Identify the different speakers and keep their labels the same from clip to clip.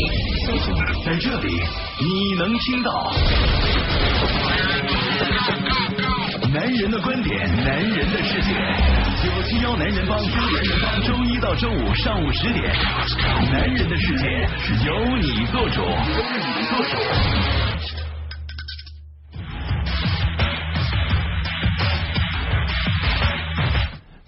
Speaker 1: 诉你，在这里你能听到男人的观点，男人的世界。九七幺男人帮，男人帮，周一到周五上午十点，男人的世界由你做主，由你做主。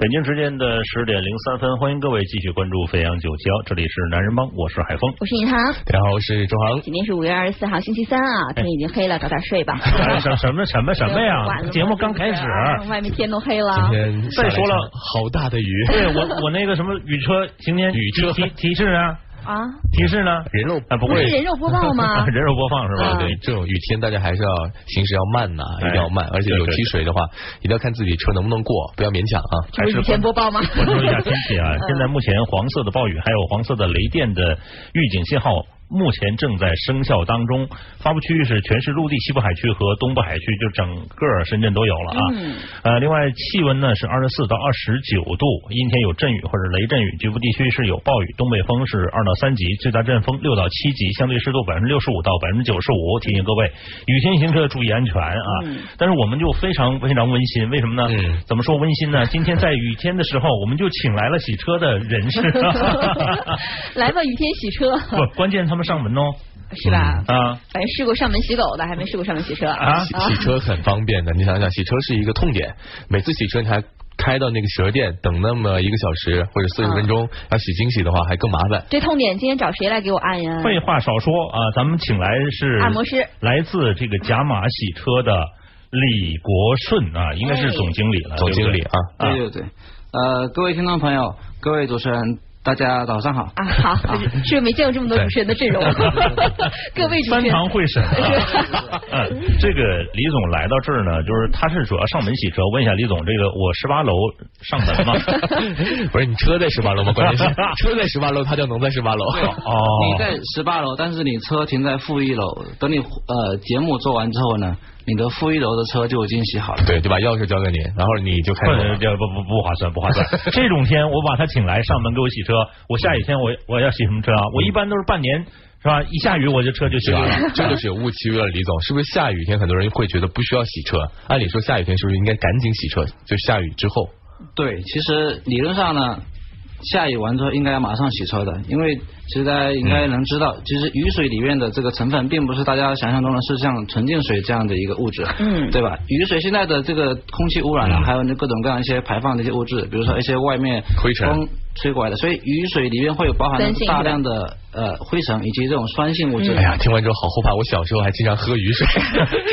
Speaker 2: 北京时间的十点零三分，欢迎各位继续关注飞扬九七幺，这里是男人帮，我是海峰。
Speaker 3: 我是银行，
Speaker 4: 大家好，我是周航。
Speaker 3: 今天是五月二十四号，星期三啊，天已经黑了，早点睡吧。
Speaker 2: 哎什什么什么什么
Speaker 3: 晚
Speaker 2: 呀？
Speaker 3: 了
Speaker 2: 节目刚开始
Speaker 3: 是。不是啊外面天都黑了
Speaker 4: 今。天
Speaker 2: 再说了，
Speaker 4: 好大的雨，
Speaker 2: 对我我那个什么雨车，今天
Speaker 4: 雨车
Speaker 2: 提提提示呢？
Speaker 3: 啊，
Speaker 2: 提示呢？
Speaker 4: 人肉
Speaker 2: 啊，不
Speaker 3: 不
Speaker 2: 会
Speaker 3: 是人肉播报吗？
Speaker 2: 人肉播放是吧？
Speaker 3: 嗯
Speaker 4: 对，这种雨天大家还是要行驶要慢呐、
Speaker 2: 哎
Speaker 4: 一定要慢，而且
Speaker 2: 对
Speaker 4: 有
Speaker 2: 对
Speaker 4: 积水的话，一定要看自己车能不能过，不要勉强啊。
Speaker 3: 这不是雨天播报吗？
Speaker 2: 关注一下天气
Speaker 3: 嗯
Speaker 2: 啊！现在目前黄色的暴雨还有黄色的雷电的预警信号。目前正在生效当中，发布区域是全市陆地西部海区和东部海区，就整个深圳都有了啊。
Speaker 3: 嗯
Speaker 2: 呃，另外气温呢是二十四到二十九度，阴天有阵雨或者雷阵雨，局部地区是有暴雨，东北风是二到三级，最大阵风六到七级，相对湿度百分之六十五到百分之九十五。提醒各位，雨天行车注意安全啊！
Speaker 3: 嗯
Speaker 2: 但是我们就非常非常温馨，为什么呢？
Speaker 4: 嗯
Speaker 2: 怎么说温馨呢？今天在雨天的时候，我们就请来了洗车的人士，
Speaker 3: 来吧，雨天洗车
Speaker 2: 不，关键他们上门哦
Speaker 3: 是吧？
Speaker 2: 啊！
Speaker 3: 反正试过上门洗狗的，还没试过上门洗车
Speaker 2: 啊
Speaker 4: 洗洗车很方便的，你想想，洗车是一个痛点，每次洗车你还。开到那个洗车店等那么一个小时或者四十
Speaker 3: 嗯
Speaker 4: 分钟，
Speaker 2: 啊
Speaker 4: 要洗精洗的话还更麻 烦。
Speaker 3: 这痛点今天找谁来给我按呀？
Speaker 2: 废话少说啊，咱们请来是
Speaker 3: 按摩师
Speaker 2: 来自这个甲马洗车的李国顺啊，应该是总经理了，
Speaker 4: 总经理
Speaker 2: 对不对
Speaker 4: 啊，
Speaker 2: 啊
Speaker 5: 对对对，呃，各位听众朋友，各位主持人，大家早上好。
Speaker 3: 啊，好，是不是没见过这么多主持人的阵容？ 各位主
Speaker 2: 三
Speaker 3: 持人，
Speaker 2: 堂会审啊。嗯，这个李总来到这儿呢，就是他是主要上门洗车。问一下李总，这个我十八楼上门吗？
Speaker 4: 不是你车在十八楼吗？关键是 车在十八楼，他就能在十八楼。
Speaker 2: 哦，
Speaker 5: 你在十八楼，但是你车停在负一楼，等你呃节目做完之后呢，你的负一楼的车就已经洗好了。
Speaker 4: 对，就把钥匙交给你，然后你就开
Speaker 2: 不
Speaker 4: 啊走了。
Speaker 2: 呃这不不不划算，不划算。这种天我把他请来上门给我洗车，我下雨天我我要洗什么车啊？我一般都是半年是吧？一下雨我就车就洗
Speaker 4: 这
Speaker 2: 完了。
Speaker 4: 个 这就是有误区了，李总，是不是下雨天很多人会觉得不需要洗车？按理说下雨天是不是应该赶紧洗车？就下雨之后，
Speaker 5: 对，其实理论上呢，下雨完之后应该马上洗车的，因为其实大家应
Speaker 3: 嗯
Speaker 5: 该能知道，其实雨水里面的这个成分并不是大家想象中的是像纯净水这样的一个物质，
Speaker 3: 嗯
Speaker 5: 对吧？雨水现在的这个空气污染啊，还有那各种各样一些排放的一些物质，比如说一些外面
Speaker 4: 灰尘
Speaker 5: 风吹过来的，所以雨水里面会有包含
Speaker 3: 酸性
Speaker 5: 大
Speaker 3: 是吧嗯
Speaker 5: 量的呃灰尘以及这种酸性物质。
Speaker 4: 哎呀，听完之后好后怕。我小时候还经常喝 雨水，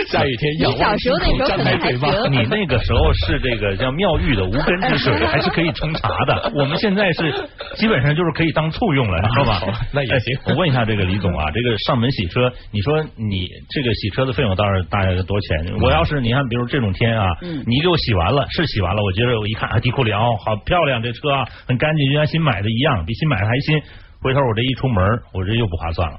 Speaker 4: 下雨天仰
Speaker 3: 你小
Speaker 4: 望
Speaker 3: 时候那时候
Speaker 4: 张
Speaker 3: 可
Speaker 4: 开
Speaker 3: 能还
Speaker 4: 嘴巴，
Speaker 3: 行
Speaker 2: 你那个时候是这个叫妙玉的无根之水，还是可以冲茶的。我们现在是基本上就是可以当醋用了，你知道吧
Speaker 4: 好？那 也行
Speaker 2: 哎我问一下这个李总啊，这个上门洗车，你说你这个洗车的费用当然大概多少钱？我要是你看，比如这种天啊，
Speaker 3: 嗯
Speaker 2: 你给我洗完了，是洗完了，我觉得我一看啊，地库里哦，好漂亮，这车啊，很干净，就像新买的一样，比新买的还新。回头我这一出门，我这又不划算了。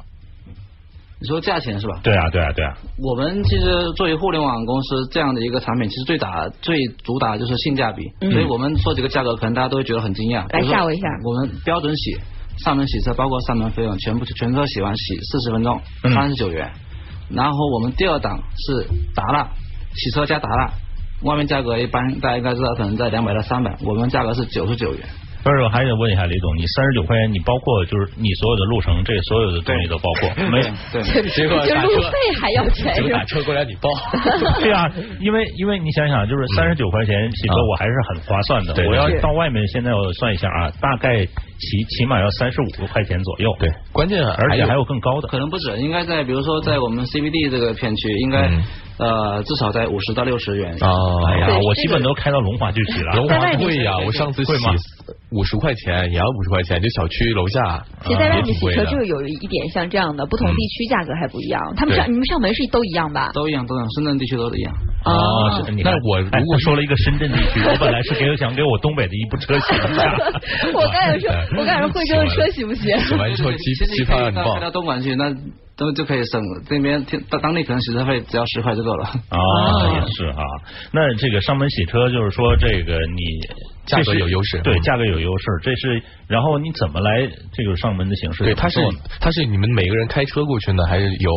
Speaker 5: 你说价钱是吧？
Speaker 2: 对啊，对啊，对啊，
Speaker 5: 我们其实作为互联网公司这样的一个产品，其实最打最主打就是性价比，
Speaker 3: 嗯
Speaker 5: 所以我们说几个价格，可能大家都会觉得很惊讶。
Speaker 3: 来
Speaker 5: 比如说
Speaker 3: 吓我一下
Speaker 5: 我们标准洗上门洗车，包括上门费用，全部全车洗完洗四十分钟，
Speaker 2: 嗯
Speaker 5: 三十九元。然后我们第二档是打蜡，洗车加打蜡，外面价格一般大家应该知道，可能在两百到三百，我们价格是九十九元。
Speaker 2: 不是，我还得问一下李总，你三十九块钱，你包括就是你所有的路程，这所有的东西都包括没？
Speaker 5: 对。
Speaker 4: 结 果
Speaker 3: 就
Speaker 4: 打
Speaker 3: 路
Speaker 4: 车，
Speaker 3: 费还要钱
Speaker 4: 结
Speaker 3: 是
Speaker 4: 果打
Speaker 3: 吧？
Speaker 4: 车过来你 报。
Speaker 2: 对啊，因为因为你想想，就是三十九块钱洗车，
Speaker 4: 啊
Speaker 2: 我还是很划算的
Speaker 4: 嗯对。对
Speaker 2: 我要
Speaker 3: 是
Speaker 2: 到外面，现在我算一下啊，大概起起码要三十五块钱左右。
Speaker 4: 对，，关键
Speaker 2: 而且还有更高的。
Speaker 5: 可能不止，应该在比如说在我们 CBD 这个片区，应该、
Speaker 4: 嗯
Speaker 5: 呃至少在五十到六十元。
Speaker 4: 哦，
Speaker 2: 哎呀
Speaker 3: 对，
Speaker 2: 我
Speaker 3: 这
Speaker 2: 基本
Speaker 3: 个
Speaker 2: 都开到龙华去洗了。
Speaker 4: 龙
Speaker 3: 在外
Speaker 4: 华
Speaker 3: 面
Speaker 4: 贵
Speaker 3: 洗
Speaker 4: 呀！
Speaker 3: 车
Speaker 4: 我上次洗
Speaker 2: 贵吗
Speaker 4: 五十块钱也要五十块钱，就小区楼下。
Speaker 3: 其实，在外
Speaker 4: 也
Speaker 3: 面
Speaker 4: 挺
Speaker 3: 洗
Speaker 4: 贵
Speaker 3: 车
Speaker 4: 啊的
Speaker 3: 就是有一点像这样的，不同地区价格还不一样。他们
Speaker 4: 对
Speaker 3: 上你们上门是都一样吧？
Speaker 5: 都一样，都一样，深圳地区都一样。
Speaker 3: 啊
Speaker 2: 哦，是你看
Speaker 4: 那我
Speaker 2: 哎
Speaker 4: 如果
Speaker 2: 他说了一个深圳地区，我本来是给想给我东北的一部车洗一下。
Speaker 3: 我刚想说，我刚想说惠州的车行不行？
Speaker 4: 洗完之后机
Speaker 5: 其实
Speaker 4: 机
Speaker 5: 你
Speaker 4: 票
Speaker 5: 可
Speaker 4: 让
Speaker 5: 以
Speaker 4: 你
Speaker 5: 到
Speaker 4: 报
Speaker 5: 开。到东莞去，那都就可以省那边天当当地可能洗车费只要十块就够了。
Speaker 4: 哦
Speaker 2: 啊，也是啊。那这个上门洗车，就是说这个你
Speaker 4: 价
Speaker 2: 这
Speaker 4: 格
Speaker 2: 是
Speaker 4: 有优势，
Speaker 2: 对，
Speaker 4: 嗯
Speaker 2: 价格有优势，这是然后你怎么来这个上门的形式
Speaker 4: 对，
Speaker 2: 怎么
Speaker 4: 它是
Speaker 2: 做呢？
Speaker 4: 它是你们每个人开车过去呢，还是有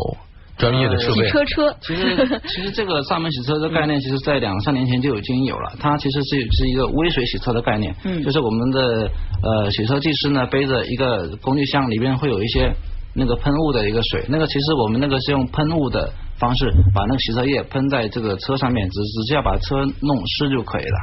Speaker 4: 专业的设 备
Speaker 3: 洗？车车，
Speaker 5: 其 实，其实这个上门洗车的概念，其实在两三年前就已经有了。它其实是是一个微水洗车的概念，
Speaker 3: 嗯
Speaker 5: 就是我们的呃洗车技师呢背着一个工具箱，里面会有一些那个喷雾的一个水，那个其实我们那个是用喷雾的方式把那个洗车液喷在这个车上面，只只需要把车弄湿就可以了。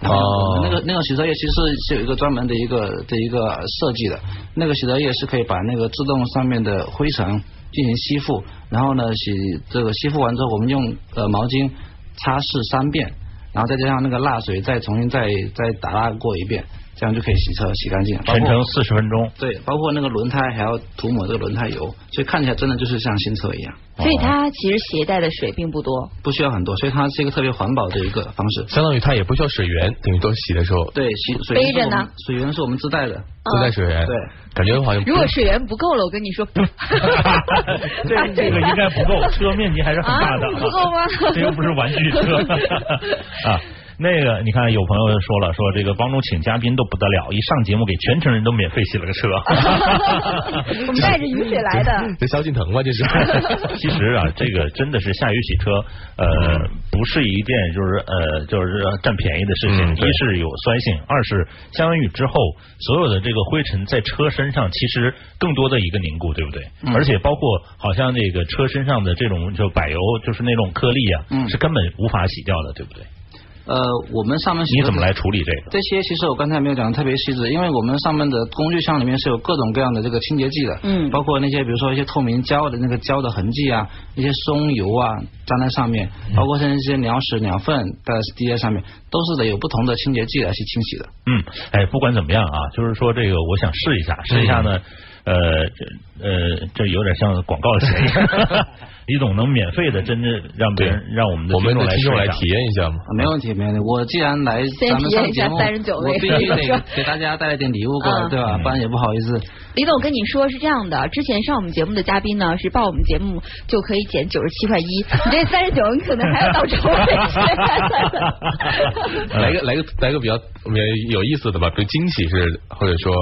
Speaker 5: 然后
Speaker 4: 哦
Speaker 5: 那个那个洗车液其实是有一个专门的一个的一个设计的，那个洗车液是可以把那个自动上面的灰尘进行吸附，然后呢洗这个吸附完之后，我们用呃毛巾擦拭三遍，然后再加上那个蜡水再重新再再打蜡过一遍，这样就可以洗车洗干净。包
Speaker 2: 全
Speaker 5: 括
Speaker 2: 程四十分钟，
Speaker 5: 对，包括那个轮胎还要涂抹这个轮胎油，所以看起来真的就是像新车一样，
Speaker 4: 哦
Speaker 3: 所以它其实携带的水并不多。
Speaker 5: 不需要很多，所以它是一个特别环保的一个方式。
Speaker 4: 相当于它也不需要水源，等于都洗的时候
Speaker 3: 嗯
Speaker 5: 对，洗水源是
Speaker 3: 背着
Speaker 5: 我们
Speaker 3: 呢
Speaker 5: 水源是我们自带的，
Speaker 4: 自带水源，
Speaker 5: 对，
Speaker 4: 感觉好像不
Speaker 3: 啊如果水源不够了，我跟 你说，
Speaker 2: 哎这这个应该不够，车面积还是很大的，
Speaker 3: 啊不够吗
Speaker 2: 这又不是玩具 车啊。那个，你看，有朋友说了，说这个帮主请嘉宾都不得了，一上节目给全城人都免费洗了个车。
Speaker 3: 我们带着雨水来的。
Speaker 4: 这萧敬腾吗？这是
Speaker 2: 其实啊，这个真的是下雨洗车，呃，不是一件就是呃就是占便宜的事情。
Speaker 4: 嗯对
Speaker 2: 一是有酸性，二是下完雨之后，所有的这个灰尘在车身上其实更多的一个凝固，对不对？
Speaker 5: 嗯
Speaker 2: 而且包括好像这个车身上的这种就柏油，就是那种颗粒啊，
Speaker 5: 嗯
Speaker 2: 是根本无法洗掉的，对不对？
Speaker 5: 呃，我们上面洗
Speaker 2: 你
Speaker 5: 车
Speaker 2: 怎么
Speaker 5: 的
Speaker 2: 来处理这个？
Speaker 5: 这些其实我刚才没有讲的特别细致，因为我们上面的工具箱里面是有各种各样的这个清洁剂的，
Speaker 3: 嗯
Speaker 5: 包括那些比如说一些透明胶的那个胶的痕迹啊，一些松油啊粘在上面，
Speaker 2: 嗯
Speaker 5: 包括甚至一些鸟屎、鸟粪在滴在上面，都是得有不同的清洁剂来去清洗的。啊
Speaker 2: 嗯，哎，不管怎么样啊，就是说这个，我想试一下，试一下呢，
Speaker 4: 嗯
Speaker 2: 呃，这呃，这有点像广告的 嫌疑。李总能免费的，真正让别人让我们的
Speaker 4: 我们的听
Speaker 2: 试
Speaker 4: 众
Speaker 2: 一
Speaker 4: 来
Speaker 2: 下
Speaker 4: 体验一下嘛
Speaker 5: 啊。没问题，没问题。我既然来
Speaker 3: 先
Speaker 5: 咱们
Speaker 3: 体验
Speaker 5: 上
Speaker 3: 一下
Speaker 5: 节目，
Speaker 3: 39位
Speaker 5: 我必须得给大家带来点礼物 过来，
Speaker 3: 嗯
Speaker 5: 对吧？不然也不好意思。
Speaker 3: 李总跟你说是这样的，之前上我们节目的嘉宾呢是报我们节目就可以减九十七块一，你这三十九你可能还要到周围 去。
Speaker 2: 嗯
Speaker 4: 来个来个来个比较有意思的吧，比如惊喜是或者说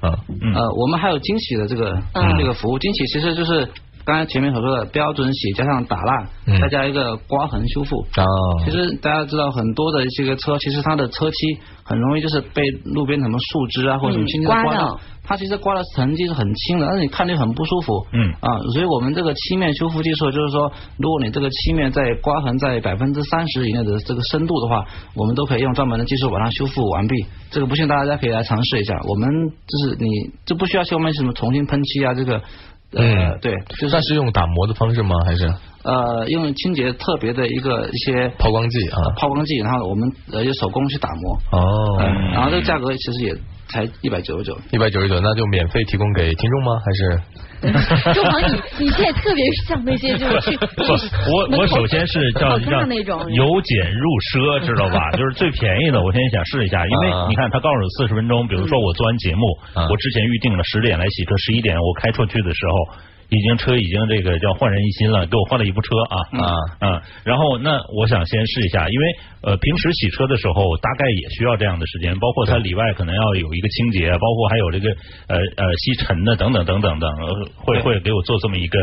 Speaker 4: 啊，
Speaker 2: 嗯
Speaker 5: 呃，我们还有惊喜的这个、
Speaker 3: 嗯
Speaker 5: 这个服务，惊喜其实就是刚才前面所说的标准洗加上打蜡，
Speaker 4: 嗯
Speaker 5: 再加一个刮痕修复。
Speaker 4: 啊，
Speaker 5: 其实大家知道，很多的这个车，其实它的车漆很容易就是被路边什么树枝啊或者什么轻轻地
Speaker 3: 嗯
Speaker 5: 刮
Speaker 3: 刮
Speaker 5: 到
Speaker 3: 到，
Speaker 5: 它其实刮的痕迹是很轻的，但是你看着很不舒服。
Speaker 2: 嗯
Speaker 5: 啊，所以我们这个漆面修复技术，就是说，如果你这个漆面在刮痕在百分之三十以内的这个深度的话，我们都可以用专门的技术把它修复完毕。这个不信大家可以来尝试一下。我们就是你这不需要修面什么重新喷漆啊，这个。呃
Speaker 4: 嗯，
Speaker 5: 对，就
Speaker 4: 那
Speaker 5: 是
Speaker 4: 是用打磨的方式吗？还是
Speaker 5: 呃，用清洁特别的一个一些
Speaker 4: 抛光剂啊？
Speaker 5: 抛光剂，然后我们呃用手工去打磨，
Speaker 4: 哦，
Speaker 5: 嗯，然后这个价格其实也才一百九十九，
Speaker 4: 一百九十九，那就免费提供给听众吗？还是
Speaker 3: 周鹏，你你现在特别像那些就是去
Speaker 2: 不，我我首先是叫
Speaker 3: 门口
Speaker 2: 让
Speaker 3: 那种
Speaker 2: 由俭入奢，知道 吧？就是最便宜的，我现在想试一下，因为
Speaker 4: 啊
Speaker 2: 你看他告诉我四十分钟，比如说我做完节目，
Speaker 4: 嗯
Speaker 2: 我之前预定了十点来洗车，十一点我开出去的时候，已经车已经这个叫焕然一新了，给我换了一部车啊
Speaker 4: 啊？
Speaker 2: 嗯，然后那我想先试一下，因为呃平时洗车的时候大概也需要这样的时间，包括它里外可能要有一个清洁，包括还有这个呃呃吸尘的等等等等等，呃会
Speaker 5: 对
Speaker 2: 会给我做这么一个，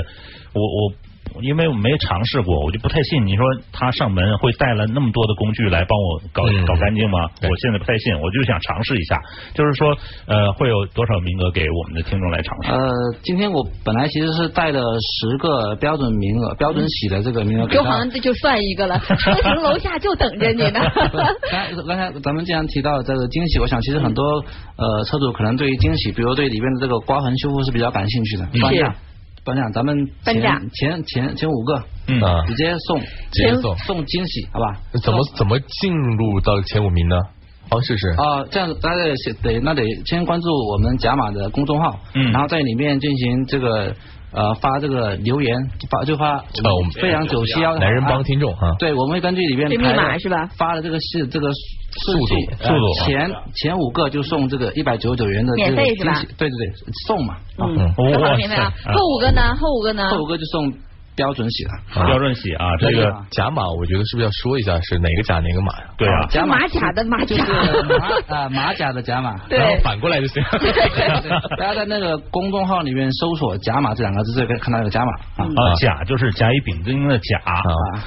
Speaker 2: 我我因为我没尝试过，我就不太信你说他上门会带了那么多的工具来帮我搞、
Speaker 4: 嗯
Speaker 2: 搞干净吗？
Speaker 4: 对
Speaker 2: 我现在不太信，我就想尝试一下，就是说呃会有多少名额给我们的听众来
Speaker 4: 啊
Speaker 2: 尝试？
Speaker 5: 呃，今天我本来其实是带了十个标准名额，标准洗的这个名额给
Speaker 3: 周
Speaker 5: 他
Speaker 3: 鹏。这就算一个了，车停楼下就等着你呢。
Speaker 5: 刚才刚才咱们既然提到这个惊喜，我想其实很多呃车主可能对于惊喜，比如对里面的这个刮痕修复是比较感兴趣的。
Speaker 4: 嗯
Speaker 5: 半价，半价，咱们
Speaker 3: 半
Speaker 5: 前
Speaker 3: 价
Speaker 5: 前前前五个，
Speaker 2: 嗯
Speaker 4: 啊
Speaker 5: 直接送
Speaker 4: 直接送
Speaker 5: 送惊喜，好吧？
Speaker 4: 怎么怎么进入到前五名呢？方式是
Speaker 5: 啊、这样子大家得先得那得先关注我们甲马的公众号，
Speaker 2: 嗯
Speaker 5: 然后在里面进行这个呃发这个留言，就发就发
Speaker 4: 呃我们
Speaker 5: 飞扬九七幺
Speaker 4: 男人帮听众啊，
Speaker 5: 对，我们会根据里面
Speaker 3: 这密
Speaker 5: 排的
Speaker 3: 码是吧
Speaker 5: 发的这个是这个顺序
Speaker 4: 速
Speaker 2: 度速度啊
Speaker 5: 前前五个就送这个一百九十九元的这个
Speaker 3: 免费是吧
Speaker 5: 惊喜对对对，送嘛，啊
Speaker 3: 嗯，
Speaker 2: 我
Speaker 3: 好
Speaker 2: 我
Speaker 3: 明白啊
Speaker 2: 啊。
Speaker 3: 后五个呢？后五个呢？
Speaker 5: 后五个就送标准洗的。
Speaker 2: 标准洗啊，这
Speaker 4: 这
Speaker 2: 个
Speaker 4: 个甲马，我觉得是不是要说一下是哪个甲哪个马呀？
Speaker 2: 对啊，
Speaker 5: 甲马
Speaker 3: 马甲的马
Speaker 5: 就是
Speaker 3: 甲，
Speaker 5: 马啊马甲的 甲马。
Speaker 3: 对
Speaker 4: 然后反过 来就行。
Speaker 5: 大家在那个公众号里面搜索“甲马”这两个字，就可以看到有甲马
Speaker 3: 嗯
Speaker 5: 啊。
Speaker 2: 啊甲就是甲乙丙丁的甲，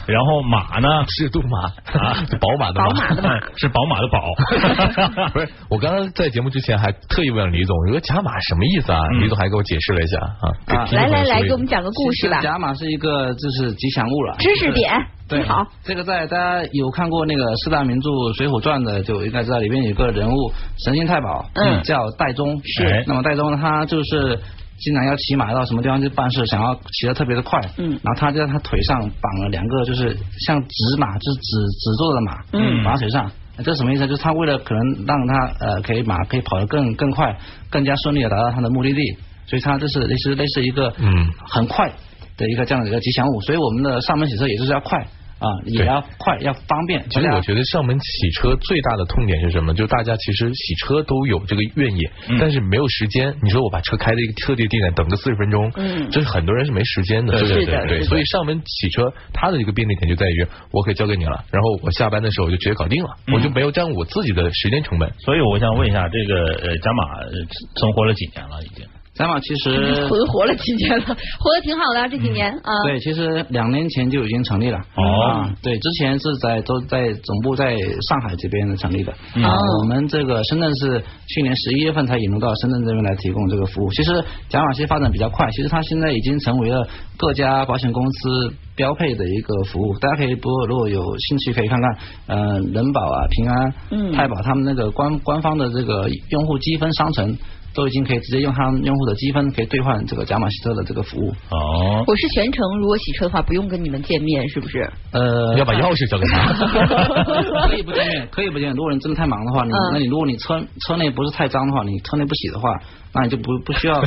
Speaker 2: 然后马呢
Speaker 4: 是杜马啊， 是宝马的
Speaker 3: 宝马的马
Speaker 2: 是宝马的宝，
Speaker 4: 不是，我刚刚在节目之前还特意问李总，我说甲马什么意思啊？
Speaker 2: 嗯
Speaker 4: 李总还给我解释了一下啊。给
Speaker 5: 啊
Speaker 4: 听
Speaker 3: 来
Speaker 4: 众
Speaker 3: 来
Speaker 4: 朋友
Speaker 3: 来，
Speaker 4: 说一
Speaker 3: 给我们讲个故事吧
Speaker 5: 其实，甲马是一个就是吉祥物了，
Speaker 3: 知识点，
Speaker 5: 对，啊
Speaker 3: 你好，，
Speaker 5: 这个在大家有看过那个四大名著《水浒传》的，就应该知道里面有个人物神仙太保，
Speaker 3: 嗯
Speaker 5: 叫戴宗，哎
Speaker 2: 是
Speaker 5: 那么戴宗呢他就是经常要骑马到什么地方去办事，想要骑得特别的快，
Speaker 3: 嗯
Speaker 5: 然后他就在他腿上绑了两个就是像纸马，就是纸纸做的马，
Speaker 2: 嗯
Speaker 5: 绑在腿上。哎这什么意思？就是他为了可能让他呃可以马可以跑得更更快，更加顺利的达到他的目的地，所以他这是类似类似一个
Speaker 4: 嗯
Speaker 5: 很快的一个这样的一个吉祥物，所以我们的上门洗车也就是要快啊，也
Speaker 4: 对
Speaker 5: 要快，要方便。啊
Speaker 4: 其实
Speaker 5: 大家
Speaker 4: 我觉得上门洗车最大的痛点是什么？就大家其实洗车都有这个愿意，
Speaker 2: 嗯
Speaker 4: 但是没有时间。你说我把车开到一个特定地点等个四十分钟，
Speaker 3: 嗯
Speaker 4: 这是很多人是没时间的。
Speaker 2: 对
Speaker 4: 对
Speaker 3: 是的
Speaker 4: 对
Speaker 3: 是的
Speaker 4: 所以上门洗车它的一个便利点就在于，我可以交给你了，然后我下班的时候我就直接搞定了，
Speaker 2: 嗯
Speaker 4: 我就没有占我自己的时间成本。
Speaker 2: 所以我想问一下，这个呃甲马呃存活了几年了已经？
Speaker 5: 咱们其实
Speaker 3: 存活了几年了，活得挺好的啊这几年啊，
Speaker 5: 对，其实两年前就已经成立了。
Speaker 2: 哦
Speaker 5: 啊，对，之前是在都在总部在上海这边成立的。
Speaker 2: 嗯
Speaker 5: 啊，我们这个深圳是去年十一月份才引入到深圳这边来提供这个服务。其实甲马其实发展比较快，其实它现在已经成为了各家保险公司标配的一个服务。大家可以不过如果有兴趣可以看看，呃，人保啊、平安、
Speaker 3: 嗯
Speaker 5: 太保他们那个官官方的这个用户积分商城。都已经可以直接用他们用户的积分，可以兑换这个甲马汽车的这个服务。
Speaker 2: 哦，
Speaker 3: 我是全程如果洗车的话，不用跟你们见面，是不是？
Speaker 5: 呃，
Speaker 4: 要把钥匙交给他。
Speaker 5: 可以不见面，可以不见面。如果你真的太忙的话，你、
Speaker 3: 嗯
Speaker 5: 那你如果你车车内不是太脏的话，你车内不洗的话，那你就不不 需要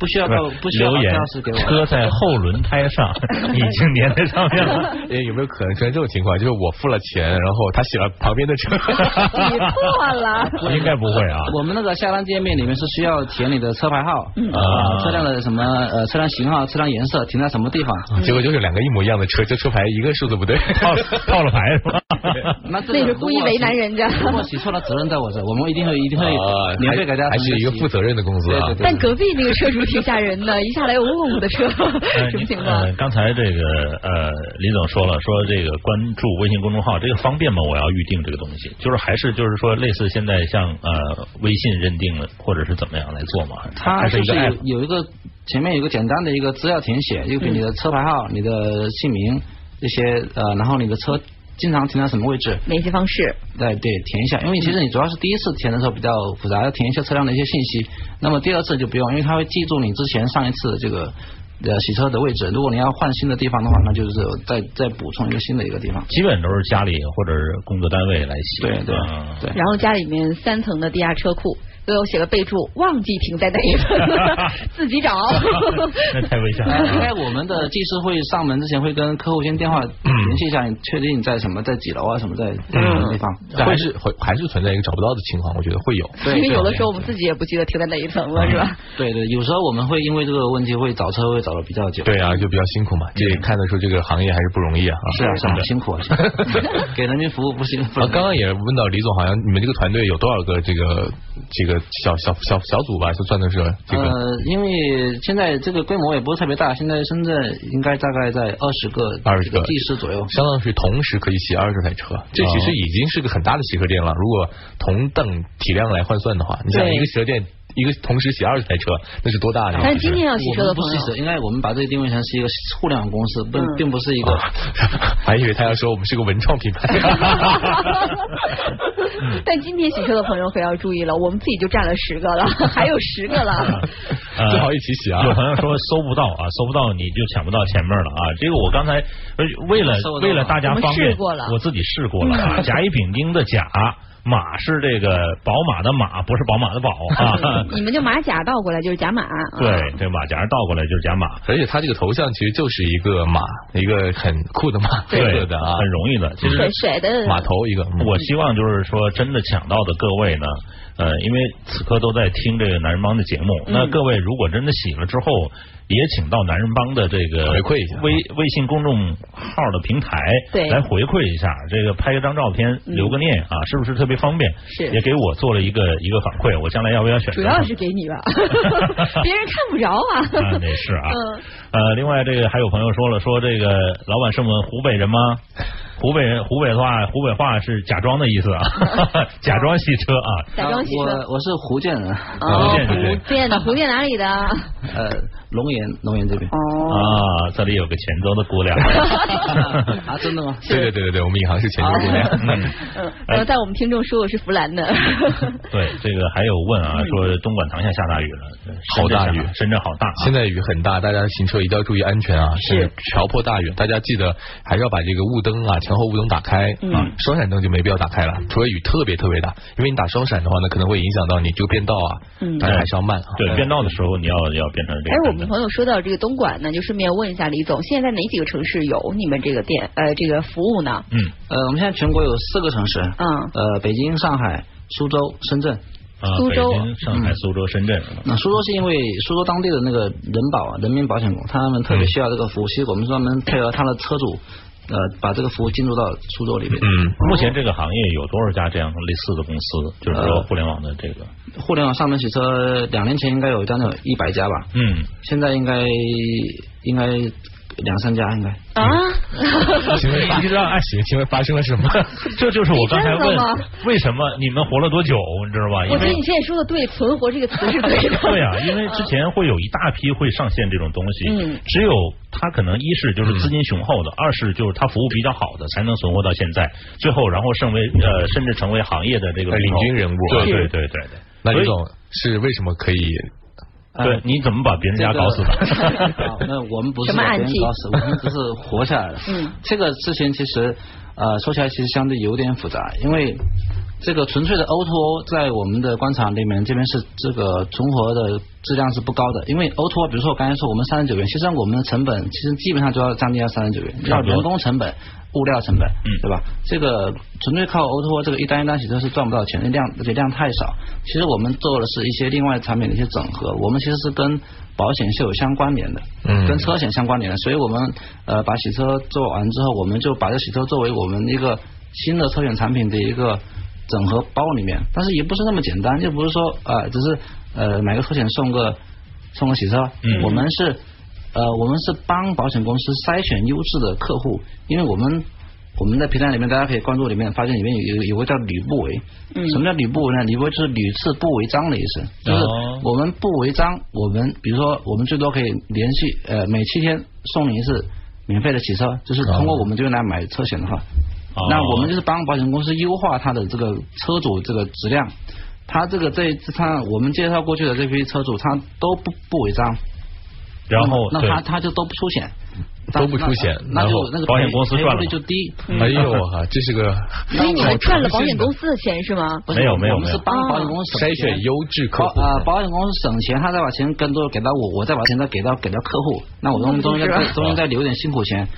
Speaker 5: 不需要告不需要
Speaker 2: 留
Speaker 5: 把
Speaker 2: 言
Speaker 5: 钥匙给我。
Speaker 2: 车在后轮胎 上，已经粘在上面了。
Speaker 4: 哎，有没有可能出现这种情况？就是我付了钱，然后他洗了旁边的车。
Speaker 3: 你破了，
Speaker 2: 应该不会啊。
Speaker 5: 我们那个下单界面里面是需要填你的车牌号，
Speaker 3: 嗯
Speaker 5: 啊
Speaker 2: 啊，
Speaker 5: 车辆的什么呃车辆型号、车辆颜色、停在什么地方。
Speaker 4: 嗯结果就是两个一模一样的车，这车牌一个数字不对。
Speaker 2: 套套了牌是 吧？
Speaker 5: 那这
Speaker 3: 那
Speaker 5: 个
Speaker 3: 是
Speaker 5: 如
Speaker 3: 故意
Speaker 5: 果
Speaker 3: 为
Speaker 5: 洗
Speaker 3: 难人家
Speaker 5: 如果洗错了，责任在我这，我们一定会一定会
Speaker 4: 啊
Speaker 5: 免费给大家
Speaker 4: 还
Speaker 5: 重新
Speaker 4: 是一个
Speaker 5: 洗
Speaker 4: 负责任的公司啊
Speaker 5: 对对。对
Speaker 3: 但隔壁那个车主挺吓人的，一下来我问我的车 什么情况
Speaker 2: 呃？刚才这个呃，李总说了，说这个关注微信公众号，这个方便吗？我要预定这个东西，就是还是就是说，类似现在像呃微信认定了，或者是怎么样来做嘛？
Speaker 5: 它
Speaker 2: 还
Speaker 5: 就是
Speaker 2: 一个
Speaker 5: 是
Speaker 2: app，
Speaker 5: 有有一个前面有一个简单的一个资料填写，就比你的车牌号、你的姓名这些呃，然后你的车经常停在什么位置，
Speaker 3: 联系方式，
Speaker 5: 对对，填一下，因为其实你主要是第一次填的时候比较复杂，要填一下车辆的一些信息。那么第二次就不用，因为它会记住你之前上一次这个呃洗车的位置。如果你要换新的地方的话，那就是再再补充一个新的一个地方。
Speaker 2: 基本都是家里或者是工作单位来洗。
Speaker 5: 对对
Speaker 2: 嗯
Speaker 5: 对。
Speaker 3: 然后家里面三层的地下车库都有写个备注，忘记停在哪一层，自己找。
Speaker 2: 那太 危险
Speaker 5: 那哎应
Speaker 2: 了。啊
Speaker 5: 该我们的技师会上门之前会跟客户先电话联系一下，你确定你在什么在几楼啊，什么在什么地方？
Speaker 4: 但还是嗯会还是存在一个找不到的情况，我觉得会有。
Speaker 5: 对
Speaker 3: 因为有的
Speaker 5: 对
Speaker 3: 时候我们自己也不记得停在哪一层了，是吧？
Speaker 5: 对对，有时候我们会因为这个问题会找车位找的比较久。
Speaker 4: 对啊，就比较辛苦嘛，这也看得出这个行业还是不容易啊。
Speaker 5: 是啊，是啊，辛苦啊，辛苦给人民服务不辛苦
Speaker 4: 啊，。刚刚也问到李总，好像你们这个团队有多少个这个这个小小小小组吧，就算的是这个
Speaker 5: 呃，因为现在这个规模也不是特别大，现在深圳应该大概在二十个
Speaker 4: 20个
Speaker 5: 技师左右。
Speaker 4: 相当于是同时可以洗二十台车，这其实已经是个很大的洗车店了。如果同等体量来换算的话，你想
Speaker 5: 对
Speaker 4: 一个洗车店一个同时洗二十台车，那是多大的一个
Speaker 3: 但是
Speaker 4: 市
Speaker 3: 今
Speaker 4: 场？
Speaker 3: 天要洗车
Speaker 5: 我
Speaker 3: 的
Speaker 5: 们不
Speaker 3: 朋
Speaker 5: 是
Speaker 3: 友，
Speaker 5: 应该我们把这个定位成是一个互联网公司，并
Speaker 3: 嗯
Speaker 5: 并不是一个
Speaker 4: 啊 还以为他要说我们是个文创品 牌。
Speaker 3: 但今天洗车的朋友可要注意了，我们自己就占了十个了，还有十个了。
Speaker 2: 呃
Speaker 4: 最好一起洗 啊
Speaker 2: 有朋友说搜不到啊，搜不到你就抢不到前面了啊。这个我刚才呃为了
Speaker 5: 搜得到
Speaker 2: 为了大家方
Speaker 3: 我们
Speaker 2: 便
Speaker 3: 试过了，
Speaker 2: 我自己试过了 啊。甲乙丙丁的甲，马是这个宝马的马，不是宝马的宝
Speaker 3: 。
Speaker 2: 啊
Speaker 3: 你们就马甲倒过来就是甲马。啊
Speaker 2: 对，这马甲倒过来就是甲马，
Speaker 4: 而且他这个头像其实就是一个马，一个很酷的马，黑色的啊，
Speaker 2: 很容易的。其实
Speaker 3: 甩甩的
Speaker 4: 马头一个。嗯
Speaker 2: 我希望就是说，真的抢到的各位呢，
Speaker 3: 嗯
Speaker 2: 呃，因为此刻都在听这个男人帮的节目，那各位如果真的洗了之后，也请到男人帮的这个
Speaker 4: 回馈一下
Speaker 2: 微微信公众号的平台，
Speaker 3: 对
Speaker 2: 来回馈一下，这个拍个张照片
Speaker 3: 嗯
Speaker 2: 留个念啊，是不是特别方便？
Speaker 3: 是
Speaker 2: 也给我做了一个一个反馈，我将来要不要选择？
Speaker 3: 主要是给你吧，别人看不着啊。
Speaker 2: 啊，那是啊。
Speaker 3: 嗯
Speaker 2: 呃，另外这个还有朋友说了，说这个老板是我们湖北人吗？湖北人，湖北的话，湖北话是假装的意 思啊，假装洗车啊。
Speaker 3: 假装洗
Speaker 5: 我
Speaker 3: 车。
Speaker 5: 啊我是福建人，
Speaker 3: 哦，
Speaker 2: 福建对
Speaker 3: 福建的，福建哪里的？
Speaker 5: 呃，龙岩龙岩这边。
Speaker 3: 哦，
Speaker 2: 啊，这里有个泉州的姑娘，
Speaker 5: 啊，真的吗？
Speaker 4: 对对对对对，我们银行是全
Speaker 3: 啊
Speaker 4: 球姑娘。
Speaker 3: 嗯，然后在我们听众说我是湖南的。
Speaker 2: 对，这个还有问啊，
Speaker 3: 嗯
Speaker 2: 说东莞塘下下大雨了，
Speaker 4: 好大
Speaker 2: 深圳
Speaker 4: 雨
Speaker 2: 下深圳好大啊
Speaker 4: 现。在雨很大，大家行车一定要注意安全啊！
Speaker 3: 是
Speaker 4: 瓢泼大雨，大家记得还是要把这个雾灯啊，前后雾灯打开
Speaker 3: 嗯
Speaker 4: 啊，双闪灯就没必要打开了，除非雨特别特别大，因为你打双闪的话呢，可能会影响到你这个变道啊，
Speaker 3: 嗯
Speaker 4: 大家还是要慢啊。
Speaker 2: 对， 变道的时候你要要变成这个。
Speaker 3: 哎，我们朋友说到这个东莞呢，就顺便问一下李总，现在在哪几个城市有你们这个店呃这个服务呢？
Speaker 2: 嗯
Speaker 5: 呃，我们现在全国有四个城市，
Speaker 3: 嗯
Speaker 5: 呃，北京、上海、苏州、深圳。
Speaker 2: 啊，
Speaker 3: 苏
Speaker 2: 北
Speaker 3: 州嗯
Speaker 2: 京、上海、苏州、深圳，
Speaker 5: 那苏州是因为苏州当地的那个人保啊，人民保险公司，他们特别需要这个服务，其实我们专门配合他的车主，呃，把这个服务进入到苏州里面。
Speaker 4: 嗯，
Speaker 2: 目前这个行业有多少家这样类似的公司？就是
Speaker 4: 呃
Speaker 2: 说互联网的这个，
Speaker 5: 互联网上门洗车两年前应该有将近有一百家吧，
Speaker 2: 嗯，
Speaker 5: 现在应该应该两三家应该。
Speaker 3: 啊，
Speaker 4: 请问不知道爱情，请问发生了什么？
Speaker 2: 这就是我刚才
Speaker 3: 你真的
Speaker 2: 问
Speaker 3: 吗
Speaker 2: 为什么你们活了多久，你知道吧？
Speaker 3: 我
Speaker 2: 因
Speaker 3: 觉得
Speaker 2: 为
Speaker 3: 你现在说的对，“存活”这个词是对的。
Speaker 2: 对啊，因为之前会有一大批会上线这种东西，
Speaker 3: 嗯
Speaker 2: 只有它可能一是就是资金雄厚的，二是就是它服务比较好的，才能存活到现在，最后然后成为呃甚至成为行业的这个
Speaker 4: 领
Speaker 2: 头
Speaker 4: 军人物啊
Speaker 2: 对对
Speaker 4: 是
Speaker 2: 对对对，
Speaker 4: 那
Speaker 2: 所
Speaker 4: 李
Speaker 2: 以
Speaker 4: 总是为什么可以？
Speaker 2: 对你怎么把别人家搞死的？
Speaker 5: 好那我们不是
Speaker 3: 什么
Speaker 5: 把
Speaker 3: 暗
Speaker 5: 别人
Speaker 3: 器
Speaker 5: 搞死，我们只是活下来了。
Speaker 3: 嗯，
Speaker 5: 这个事情其实呃说起来其实相对有点复杂，因为这个纯粹的 O to O 在我们的官场里面，这边是这个存活的质量是不高的，因为 O to O，比如说我刚才说我们三十九元，其实我们的成本其实基本上就要降低到三十九元，
Speaker 2: 差
Speaker 5: 要
Speaker 2: 不多
Speaker 5: 人工成本。物料成本，
Speaker 2: 嗯
Speaker 5: 对吧？这个纯粹靠 O to O 这个一单一单洗车是赚不到钱，的量而且量太少。其实我们做的是一些另外产品的一些整合，我们其实是跟保险是有相关联的，
Speaker 4: 嗯
Speaker 5: 跟车险相关联的。所以我们呃把洗车做完之后，我们就把这洗车作为我们一个新的车险产品的一个整合包里面，但是也不是那么简单，就不是说呃只是呃买个车险送个送个洗车，
Speaker 2: 嗯
Speaker 5: 我们是呃我们是帮保险公司筛选优质的客户，因为我们我们在平台里面大家可以关注里面发现里面有有有个叫吕不韦，
Speaker 3: 嗯
Speaker 5: 什么叫吕不韦呢？吕不韦就是屡次不违章的意思，就是
Speaker 2: 哦
Speaker 5: 我们不违章，我们比如说我们最多可以连续呃每七天送你一次免费的洗车，就是通过我们这边来买车险的话，
Speaker 2: 哦
Speaker 5: 那我们就是帮保险公司优化它的这个车主这个质量。他这个这他我们介绍过去的这批车主，他都不不违章，
Speaker 2: 然后
Speaker 5: 嗯那
Speaker 2: 对
Speaker 5: 么那他他就都不出险，
Speaker 4: 都不出险
Speaker 5: 那那
Speaker 4: 然
Speaker 5: 就
Speaker 4: 后
Speaker 5: 那个
Speaker 2: 保险
Speaker 5: 赔
Speaker 2: 公司
Speaker 5: 赔
Speaker 2: 赚了
Speaker 5: 率
Speaker 2: 嘛
Speaker 5: 就低。
Speaker 4: 哎呦我靠，这是个
Speaker 3: 嗯所以你们赚了保险公
Speaker 4: 司
Speaker 3: 司的钱是吗？
Speaker 5: 不是
Speaker 2: 没有
Speaker 5: 我们
Speaker 2: 没有
Speaker 5: 我们
Speaker 2: 没有
Speaker 5: 是帮保险公司省
Speaker 4: 筛
Speaker 5: 钱
Speaker 4: 选优质客
Speaker 5: 保
Speaker 4: 户
Speaker 5: 啊，保险公司省钱，他再把钱更多给到我，我再把钱再给到给到客户，那我中中间
Speaker 3: 嗯
Speaker 5: 再
Speaker 3: 是
Speaker 5: 中间再留点辛苦钱。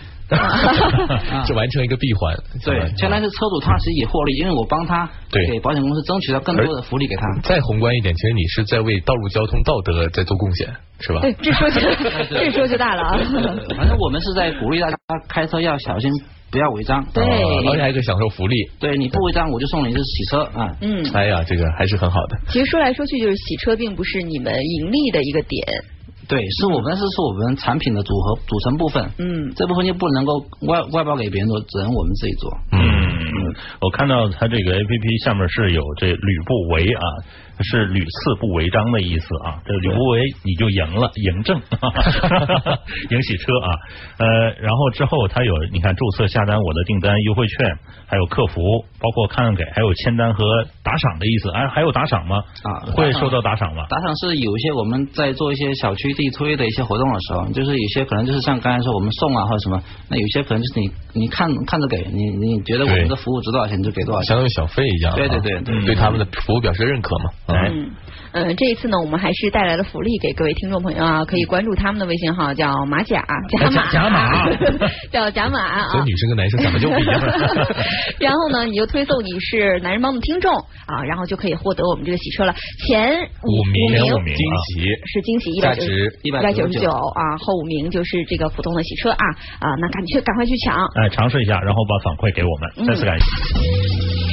Speaker 4: 就完成一个闭环。
Speaker 5: 啊对，
Speaker 4: 相
Speaker 5: 相
Speaker 4: 当于
Speaker 5: 当于是车主他其实也获利，因为我帮他
Speaker 4: 对
Speaker 5: 给保险公司争取到更多的福利给他。
Speaker 4: 再宏观一点，其实你是在为道路交通道德在做贡献，是吧？
Speaker 3: 对，哎这说就 这说就大了啊。
Speaker 5: 反正我们是在鼓励大家开车要小心，不要违章。
Speaker 3: 对
Speaker 4: 啊而且还可以享受福利。
Speaker 5: 对，你不违章我就送你一次洗车啊。
Speaker 3: 嗯，
Speaker 4: 哎呀，这个还是很好
Speaker 5: 嗯
Speaker 4: 的。
Speaker 3: 其实说来说去就是洗车并不是你们盈利的一个点。
Speaker 5: 对，是我们是是我们产品的组合组成部分。
Speaker 3: 嗯
Speaker 5: 这部分就不能够外外包给别人做，只能我们自己做。
Speaker 2: 嗯，我看到它这个 A P P 下面是有这屡不为啊，是屡次不违章的意思啊。这屡不为你就赢了，赢 证，赢洗车啊。呃，然后之后它有你看注册下单我的订单优惠券，还有客服，包括看给，还有签单和打赏的意思。哎，还有打赏吗？
Speaker 5: 啊
Speaker 2: 会收到打赏吗？
Speaker 5: 打赏是有一些我们在做一些小区地推的一些活动的时候，就是有些可能就是像刚才说我们送啊或者什么，那有些可能就是你你看看着给你你觉得我们的服务值多少钱你就给多少
Speaker 4: 相
Speaker 5: 钱。
Speaker 4: 当于小费一样啊。
Speaker 5: 对对对对
Speaker 4: 对他们的服务表示认可嘛。啊
Speaker 2: 哎，
Speaker 3: 嗯，呃，这一次呢，我们还是带来了福利给各位听众朋友啊，可以关注他们的微信号，叫马甲
Speaker 2: 哎
Speaker 3: 甲马
Speaker 2: 嗯甲甲马啊
Speaker 3: 叫甲马啊。
Speaker 4: 所以 女生跟男生长得就不一样。
Speaker 3: 然后呢，你就推送你是男人帮的听众啊，然后就可以获得我们这个洗车了。前
Speaker 2: 五名
Speaker 3: 五
Speaker 2: 前五
Speaker 3: 名
Speaker 2: 名
Speaker 4: 惊
Speaker 2: 啊，
Speaker 4: 喜，
Speaker 3: 是惊喜一
Speaker 4: 价
Speaker 3: 百九
Speaker 4: 值
Speaker 3: 一百九十九啊，后五名就是这个普通的洗车啊啊，那赶去赶快去抢。
Speaker 2: 哎，尝试一下，然后把反馈给我们，再次感谢。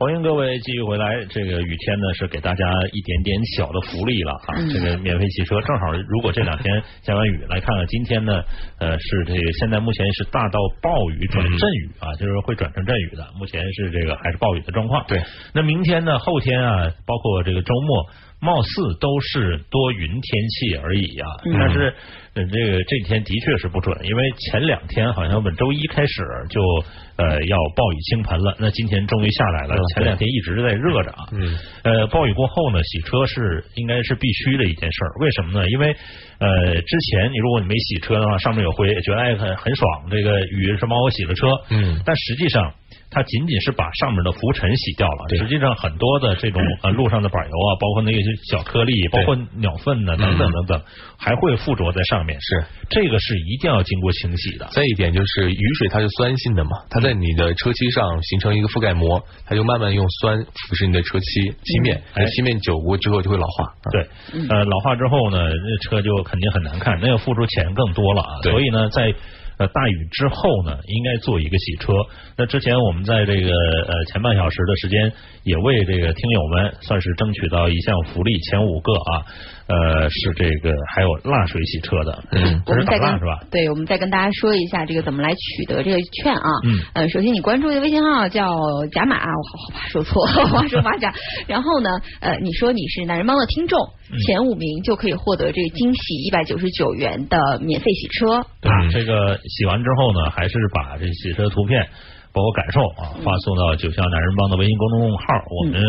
Speaker 2: 欢迎各位继续回来。这个雨天呢是给大家一点点小的福利了啊，这个免费汽车正好，如果这两天下完雨，来看看今天呢，呃，是这个现在目前是大到暴雨转阵雨啊，就是会转成阵雨的，目前是这个还是暴雨的状况。
Speaker 4: 对，
Speaker 2: 那明天呢，后天啊，包括这个周末。貌似都是多云天气而已啊，
Speaker 4: 嗯
Speaker 2: 但是呃这个这几天的确是不准，因为前两天好像本周一开始就呃要暴雨倾盆了，那今天终于下来了
Speaker 4: 嗯，
Speaker 2: 前两天一直在热着啊。
Speaker 4: 嗯，
Speaker 2: 呃，暴雨过后呢，洗车是应该是必须的一件事儿。为什么呢？因为呃，之前你如果你没洗车的话，上面有灰，觉得哎很很爽，这个雨是帮我洗了车。
Speaker 4: 嗯
Speaker 2: 但实际上。它仅仅是把上面的浮尘洗掉了，
Speaker 4: 对
Speaker 2: 实际上很多的这种呃路上的柏油啊，包括那些小颗粒，包括鸟粪
Speaker 4: 嗯
Speaker 2: 呢、等等等等，还会附着在上面。
Speaker 4: 是
Speaker 2: 这个是一定要经过清洗的。
Speaker 4: 再一点就是雨水它是酸性的嘛，它在你的车漆上形成一个覆盖膜，它就慢慢用酸腐蚀你的车漆漆面，
Speaker 2: 嗯哎
Speaker 4: 漆面久过之后就会老化。
Speaker 2: 对，呃，老化之后呢，那车就肯定很难看，那要付出钱更多了啊。
Speaker 4: 对
Speaker 2: 所以呢，在呃大雨之后呢，应该做一个洗车。那之前我们在这个呃前半小时的时间，也为这个听友们算是争取到一项福利，前五个啊，呃是这个还有蜡水洗车的，
Speaker 4: 嗯
Speaker 2: 不
Speaker 3: 我
Speaker 2: 是
Speaker 3: 们
Speaker 2: 打
Speaker 3: 再跟
Speaker 2: 蜡是吧？
Speaker 3: 对，我们再跟大家说一下这个怎么来取得这个券啊。
Speaker 2: 嗯。
Speaker 3: 呃，首先你关注的微信号叫甲马，我好怕说错， 我怕说马甲。然后呢，呃，你说你是男人帮的听众，
Speaker 2: 嗯
Speaker 3: 前五名就可以获得这个惊喜一百九十九元的免费洗车。
Speaker 2: 对
Speaker 4: 嗯
Speaker 2: 这个洗完之后呢，还是把这洗车图片。包括感受啊，发送到九霄男人帮的微信公众号，我们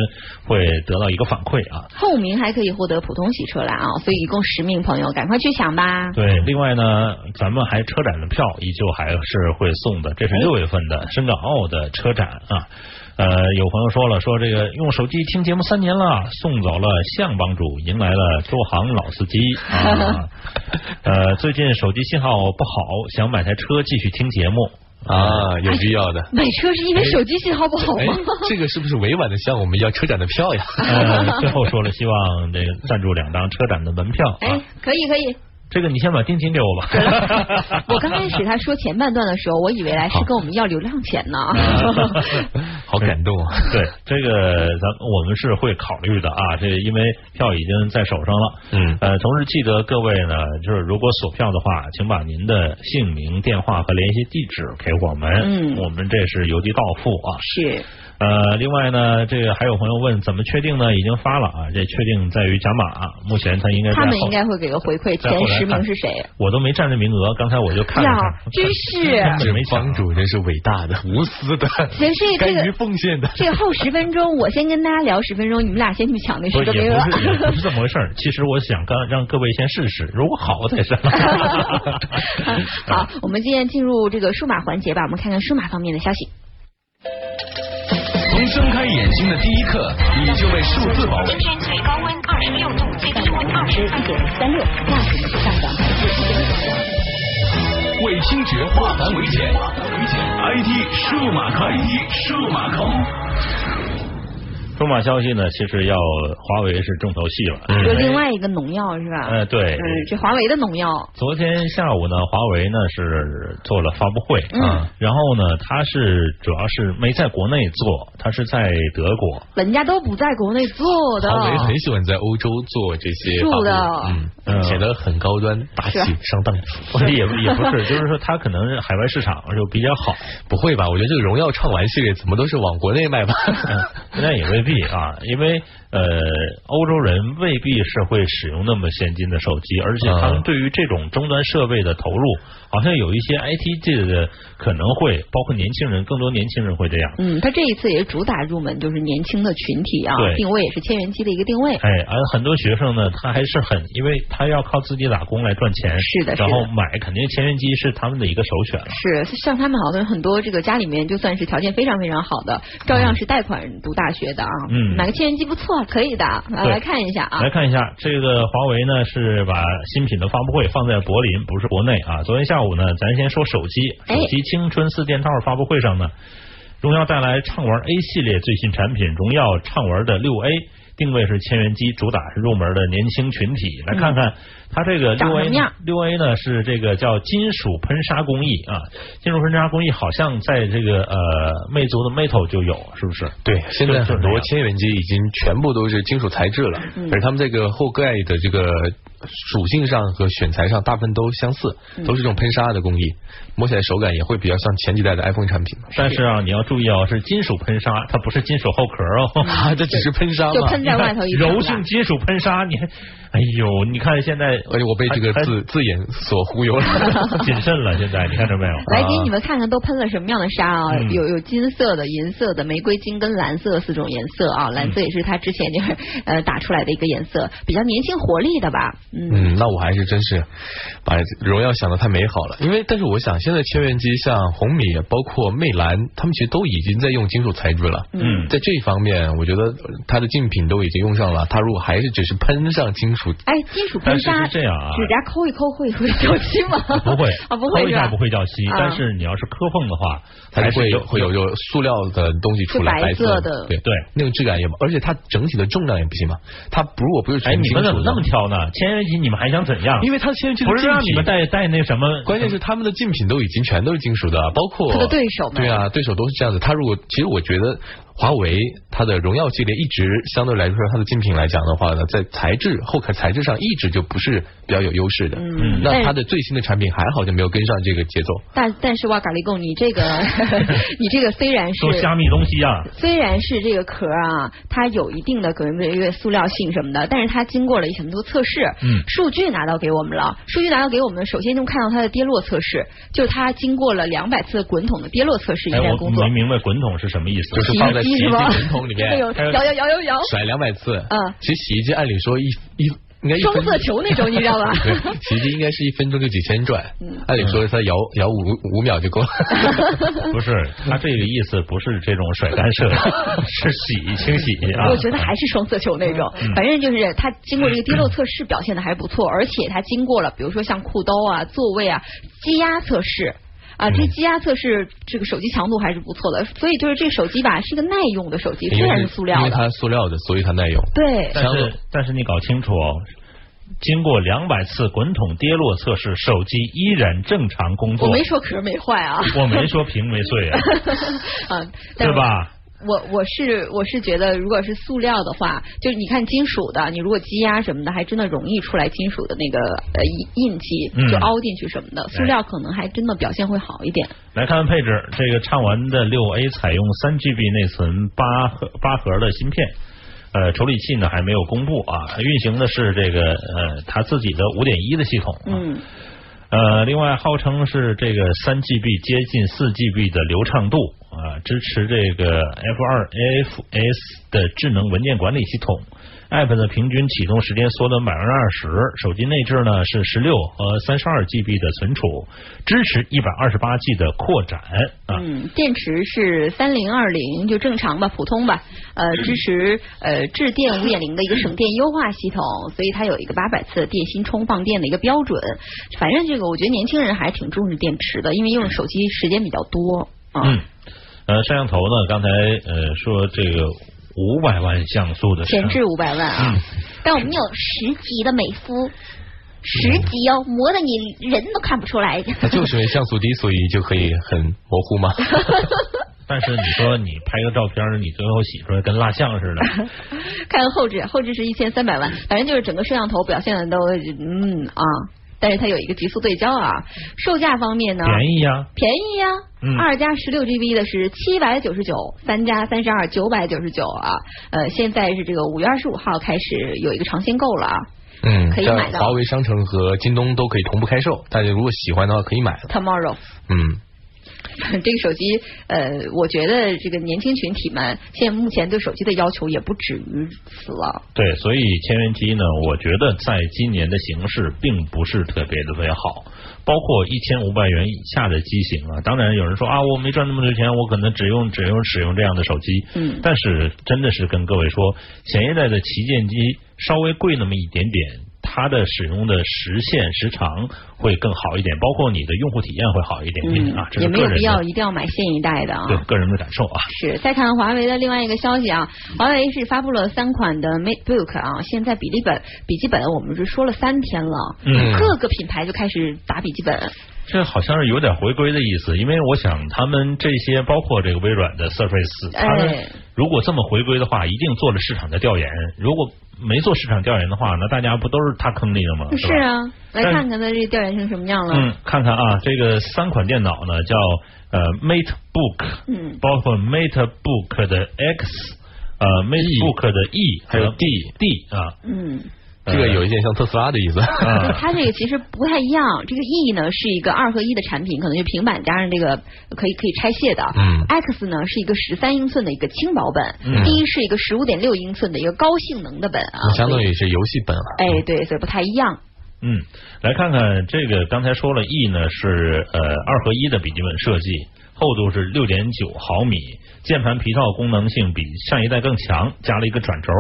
Speaker 2: 会得到一个反馈啊。
Speaker 3: 后五名还可以获得普通洗车啦啊，所以一共十名朋友，赶快去抢吧。
Speaker 2: 对，另外呢，咱们还车展的票依旧还是会送的，这是六月份的深港澳的车展啊。呃，有朋友说了，说这个用手机听节目三年了，送走了向帮主，迎来了周航老司机啊。呃，最近手机信号不好，想买台车继续听节目。
Speaker 4: 啊，有必要的。
Speaker 3: 买车是因为手机信号不好
Speaker 4: 哎
Speaker 3: 吗？，
Speaker 4: 这个是不是委婉的向我们要车展的票呀？
Speaker 2: 呃，最后说了，希望这个赞助两张车展的门票啊
Speaker 3: 哎。，可以可以，
Speaker 2: 这个你先把定金给我吧。
Speaker 3: 我刚开始他说前半段的时候，我以为来是跟我们要流量 钱呢。
Speaker 4: 好感动啊！
Speaker 2: 对，这个咱我们是会考虑的啊，这因为票已经在手上了。
Speaker 4: 嗯
Speaker 2: 呃，同时记得各位呢，就是如果索票的话，请把您的姓名、电话和联系地址给我们，
Speaker 3: 嗯
Speaker 2: 我们这是邮寄到付啊。
Speaker 3: 是，
Speaker 2: 呃，另外呢，这个还有朋友问怎么确定呢？已经发了啊，这确定在于甲马、目前他应该在
Speaker 3: 他们
Speaker 2: 后
Speaker 3: 应该会给个回馈，
Speaker 2: 再后
Speaker 3: 前
Speaker 2: 来
Speaker 3: 十名
Speaker 2: 看
Speaker 3: 是谁？
Speaker 2: 我都没占着名额，刚才我就看了看
Speaker 3: 呀，真是
Speaker 2: 根
Speaker 4: 这
Speaker 2: 本没抢啊
Speaker 4: 帮主真是伟大的、无私的、
Speaker 3: 行，这个这
Speaker 4: 甘于
Speaker 3: 个
Speaker 4: 奉献的。
Speaker 3: 这个后十分钟，我先跟大家聊十分钟，你们俩先去抢那
Speaker 2: 不
Speaker 3: 十个
Speaker 2: 也
Speaker 3: 名
Speaker 2: 不
Speaker 3: 额。
Speaker 2: 是也不是这么回事 儿。其实我想刚让各位先试试，如果好再 上。
Speaker 3: 好，我们今天进入这个数码环节吧，我们看看数码方面的消息。
Speaker 1: 从睁开眼睛的第一刻，你就被数字包围。
Speaker 6: 今天最高温二十六度，最低温二十三度。
Speaker 3: 三六，那可能上涨。
Speaker 1: 为听觉化繁为简，IT 数码控，IT 数码控。
Speaker 2: 数码消息呢，其实要华为是重头戏了。
Speaker 3: 有另外一个农药是吧？
Speaker 2: 呃，对
Speaker 3: 嗯，，这华为的农药，
Speaker 2: 昨天下午呢，华为呢是做了发布会，
Speaker 3: 嗯
Speaker 2: 啊，然后呢，它是主要是没在国内做，它是在德国。
Speaker 3: 人家都不在国内做的。
Speaker 4: 华为很喜欢在欧洲做这些发布，
Speaker 3: 是的
Speaker 4: 嗯，显得很高端、大气
Speaker 3: 是、
Speaker 4: 上档次。
Speaker 2: 也也不是，就是说它可能是海外市场就比较好，
Speaker 4: 不会吧？我觉得这个荣耀畅玩系列怎么都是往国内卖吧？
Speaker 2: 嗯那也未必啊，因为呃，欧洲人未必是会使用那么先进的手机，而且他们
Speaker 4: 嗯
Speaker 2: 对于这种终端设备的投入，好像有一些 IT 界的可能会，包括年轻人，更多年轻人会这样。
Speaker 3: 嗯，他这一次也主打入门就是年轻的群体啊
Speaker 2: 对，
Speaker 3: 定位也是千元机的一个定位。
Speaker 2: 哎，而很多学生呢，他还是很，因为他要靠自己打工来赚钱，
Speaker 3: 是的是的
Speaker 2: 然后买肯定千元机是他们的一个首选了。
Speaker 3: 是像他们好多人很多，这个家里面就算是条件非常非常好的，照样是贷款读大学的啊。
Speaker 2: 嗯
Speaker 3: 买个千元机不错，可以的，来
Speaker 2: 对
Speaker 3: 来看一下啊
Speaker 2: 来。看一下，这个华为呢是把新品的发布会放在柏林，不是国内啊。昨天下午呢，咱先说手机，
Speaker 3: 哎
Speaker 2: 手机青春四件套发布会上呢，荣耀带来畅玩 A 系列最新产品荣耀畅玩的六 A，定位是千元机，主打是入门的年轻群体。来看看它这个
Speaker 3: 长
Speaker 2: 六
Speaker 3: 什
Speaker 2: A
Speaker 3: 么样
Speaker 2: 六 A 呢是这个叫金属喷砂工艺啊，金属喷砂工艺好像在这个呃魅族的 Mate 就有，是不是？
Speaker 4: 对，现
Speaker 2: 就
Speaker 4: 在
Speaker 2: 是
Speaker 4: 很
Speaker 2: 这
Speaker 4: 多
Speaker 2: 样
Speaker 4: 千元机已经全部都是金属材质了，而他们这个后盖的这个属性上和选材上大部分都相似，都是这种喷砂的工艺，摸起来手感也会比较像前几代的 iPhone 产品嘛。
Speaker 2: 但是啊，你要注意哦，是金属喷砂，它不是金属后壳哦。
Speaker 4: 啊，这只是喷砂
Speaker 3: 就嗯
Speaker 4: 嘛。
Speaker 3: 喷在外头一层
Speaker 2: 柔
Speaker 3: 吧
Speaker 2: 性金属喷砂，你还，哎呦，你看现在
Speaker 4: 而且我被这个
Speaker 2: 还
Speaker 4: 字字眼所忽悠了。
Speaker 2: 还谨慎了，现在你看着没有？
Speaker 3: 来给你们看看都喷了什么样的沙啊？
Speaker 2: 啊嗯
Speaker 3: 有有金色的、银色的、玫瑰金跟蓝色四种颜色
Speaker 2: 嗯
Speaker 3: 啊。蓝色也是它之前就是呃打出来的一个颜色，比较年轻活力的吧。嗯，
Speaker 4: 嗯，那我还是真是把荣耀想的太美好了。因为，但是我想，现在千元机像红米，包括魅蓝，他们其实都已经在用金属材质了。
Speaker 2: 嗯
Speaker 4: 在这一方面，我觉得它的竞品都已经用上了。它如果还是只是喷上金属，
Speaker 3: 哎，金属
Speaker 2: 但
Speaker 3: 喷
Speaker 2: 是
Speaker 3: 砂
Speaker 2: 是这样啊，
Speaker 3: 指甲抠一抠会会掉漆吗？
Speaker 2: 不 会
Speaker 3: 啊，不会
Speaker 2: 抠一
Speaker 3: 是
Speaker 2: 下
Speaker 3: 吧？
Speaker 2: 不会掉漆，
Speaker 3: 啊
Speaker 2: 但是你要是磕碰的话，
Speaker 4: 它
Speaker 2: 还
Speaker 4: 就是会
Speaker 2: 有
Speaker 4: 会有有塑料的东西出来，
Speaker 3: 就白
Speaker 4: 白
Speaker 3: 色的
Speaker 4: 的，对
Speaker 2: 对。
Speaker 4: 那种质感也，而且它整体的重量也不行嘛。它不如果不是
Speaker 2: 哎，
Speaker 4: 纯
Speaker 2: 你
Speaker 4: 金
Speaker 2: 们怎么
Speaker 4: 属
Speaker 2: 那么
Speaker 4: 的，
Speaker 2: 挑呢？千元机你们还想怎样？
Speaker 4: 因为它千元机的
Speaker 2: 不是
Speaker 4: 竞
Speaker 2: 让你
Speaker 4: 品
Speaker 2: 们带带那什么，
Speaker 4: 关键是他们的竞品都已经全都是金属的，包括
Speaker 3: 他的对手们
Speaker 4: 对啊，对手都是这样子。他如果其实我觉得华为它的荣耀系列一直相对来说它的竞品来讲的话呢，在材质后壳材质上一直就不是比较有优势的。
Speaker 3: 嗯
Speaker 4: 那
Speaker 3: 但哦
Speaker 4: 它的最新的产品还好就没有跟上这个节奏。
Speaker 3: 但但是哇，咖喱贡，你这 个你这个虽然是
Speaker 2: 说虾米东西啊，
Speaker 3: 虽然是这个壳啊，它有一定的可能因为塑料性什么的，但是它经过了很多测试，
Speaker 2: 嗯
Speaker 3: 数据拿到给我们了，数据拿到给我们，首先就看到它的跌落测试，就它经过了两百次的滚筒的跌落测试依
Speaker 2: 哎，
Speaker 3: 然
Speaker 2: 我
Speaker 3: 工作
Speaker 2: 没，明白滚筒是什么意思，
Speaker 4: 就是
Speaker 3: 洗
Speaker 4: 放在
Speaker 3: 衣
Speaker 4: 洗
Speaker 3: 机
Speaker 4: 衣机
Speaker 3: 是吧？
Speaker 4: 滚筒里面 哎
Speaker 3: 哎呦
Speaker 2: 还有
Speaker 3: 摇摇摇 摇摇，
Speaker 4: 甩两百次，
Speaker 3: 嗯
Speaker 4: 其实洗衣机按理说一一应该一
Speaker 3: 双
Speaker 4: 分
Speaker 3: 色球那种，你知道 吧？
Speaker 4: 对，洗衣机应该是一分钟就几千转，
Speaker 3: 嗯
Speaker 4: 按理说它摇摇五五秒就够了。
Speaker 2: 不是，他这个意思不是这种甩干涉， 是洗清洗啊。
Speaker 3: 我觉得还是双色球那种，
Speaker 4: 嗯
Speaker 3: 反正就是它经过这个滴漏测试表现的还不错，而且它经过了比如说像裤兜啊、座位啊、积压测试。啊，
Speaker 4: 嗯
Speaker 3: 这积压测试这个手机强度还是不错的，所以就是这个手机 吧是一个耐用的手机，虽
Speaker 4: 因为
Speaker 3: 然
Speaker 4: 是
Speaker 3: 是塑料
Speaker 4: 因为
Speaker 3: 的，
Speaker 4: 它塑料的，所以它耐用。
Speaker 3: 对，
Speaker 2: 但
Speaker 4: 想
Speaker 2: 是但是你搞清楚哦，经过两百次滚筒跌落测试，手机依然正常工
Speaker 3: 我
Speaker 2: 作。
Speaker 3: 没说壳没坏 啊，
Speaker 2: 我没说屏没碎 啊，
Speaker 3: 啊，但
Speaker 2: 对
Speaker 3: 是
Speaker 2: 吧？
Speaker 3: 我我是我是觉得，如果是塑料的话，就是你看金属的，你如果积压什么的，还真的容易出来金属的那个呃印印记，
Speaker 2: 嗯哎
Speaker 3: 就凹进去什么的。塑料可能还真的表现会好一点。
Speaker 2: 来看看配置，这个畅玩的六 A 采用三 GB 内存，八核八核的芯片。呃，处理器呢还没有公布啊，运行的是这个呃它自己的五点一的系统、啊，
Speaker 3: 嗯，
Speaker 2: 呃，另外号称是这个三 GB 接近四 GB 的流畅度啊、支持这个 F 二 AFS 的智能文件管理系统，App 的平均启动时间缩短百分之二十。手机内置呢是十六和三十二 GB 的存储，支持一百二十八 G 的扩展啊。
Speaker 3: 嗯，电池是三零二零，就正常吧，普通吧。呃，支持呃致电五点零的一个省电优化系统，所以它有一个八百次的电芯充放电的一个标准。反正这个我觉得年轻人还挺重视电池的，因为用手机时间比较多啊。
Speaker 2: 嗯，呃，摄像头呢，刚才呃说这个五百万像素的摄嗯像
Speaker 3: 前置五百万啊，但我们有十级的美肤，十级哦，磨得你人都看不出 来。
Speaker 4: 它就是因为像素低，所以就可以很模糊嘛。
Speaker 2: 但是你说你拍个照片儿，你最后洗出来跟蜡像似 的，
Speaker 3: 看后置，后置是一千三百万，反正就是整个摄像头表现的都嗯啊，但是它有一个急速对焦啊。售价方面呢，
Speaker 2: 便宜呀、
Speaker 3: 便宜呀、
Speaker 2: 嗯
Speaker 3: 二加十六 GB 的是七百九十九，三加三十二九百九十九啊。呃，现在是这个五月二十五号开始有一个长限购了啊，
Speaker 4: 嗯，
Speaker 3: 可以
Speaker 4: 在
Speaker 3: 买到
Speaker 4: 华为商城和京东都可以同步开售，大家如果喜欢的话可以买了。
Speaker 3: ，tomorrow。
Speaker 4: 嗯，
Speaker 3: 这个手机，呃，我觉得这个年轻群体们现在目前对手机的要求也不止于此了。
Speaker 2: 对，所以千元机呢，我觉得在今年的形势并不是特别的特别好，包括一千五百元以下的机型啊。当然有人说啊，我没赚那么多钱，我可能只用只用使用这样的手机。
Speaker 3: 嗯
Speaker 2: 但是真的是跟各位说，前一代的旗舰机稍微贵那么一点点。它的使用的时限时长会更好一点，包括你的用户体验会好一点点啊，这
Speaker 3: 嗯也
Speaker 2: 是
Speaker 3: 没
Speaker 2: 个
Speaker 3: 有
Speaker 2: 人
Speaker 3: 必要
Speaker 2: 的
Speaker 3: 一定要买现一代的啊。
Speaker 2: 对个人的感受啊。
Speaker 3: 是，再看华为的另外一个消息啊，华为是发布了三款的 MateBook 啊，现在笔记本笔记本我们是说了三天了，
Speaker 2: 嗯
Speaker 3: 各个品牌就开始打笔记本，
Speaker 2: 这好像是有点回归的意思，因为我想他们这些包括这个微软的 Surface，
Speaker 3: 哎
Speaker 2: 他们如果这么回归的话，一定做了市场的调研。如果没做市场调研的话，那大家不都是踏坑里了吗？
Speaker 3: 是
Speaker 2: 吧？
Speaker 3: 啊，
Speaker 2: 但
Speaker 3: 来看看它这调研成什么样了，
Speaker 2: 嗯，看看啊，这个三款电脑呢，叫呃 MateBook，
Speaker 3: 嗯
Speaker 2: 包括 MateBook 的 X，呃 MateBook 的 E，还有 D D 啊，
Speaker 3: 嗯。
Speaker 4: 这个有一点像特斯拉的意思。
Speaker 3: 对
Speaker 2: 啊，
Speaker 3: 它这个其实不太一样，这个 E 呢是一个二合一的产品，可能就平板加上这个可以可以拆卸的。
Speaker 4: 嗯
Speaker 3: X 呢是一个十三英寸的一个轻薄本、
Speaker 2: 嗯
Speaker 3: d 是一个十五点六英寸的一个高性能的本啊，
Speaker 4: 相当
Speaker 3: 所以
Speaker 4: 于是游戏本了。
Speaker 3: 哎对，所以不太一样。
Speaker 2: 嗯，来看看这个，刚才说了，E 呢是呃二合一的笔记本设计，厚度是六点九毫米，键盘皮套功能性比上一代更强，加了一个转轴，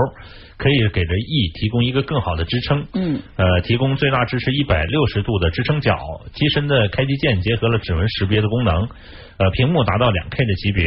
Speaker 2: 可以给这 E 提供一个更好的支撑。
Speaker 3: 嗯，
Speaker 2: 呃，提供最大支持一百六十度的支撑脚，机身的开机键结合了指纹识别的功能，呃，屏幕达到两 K 的级别，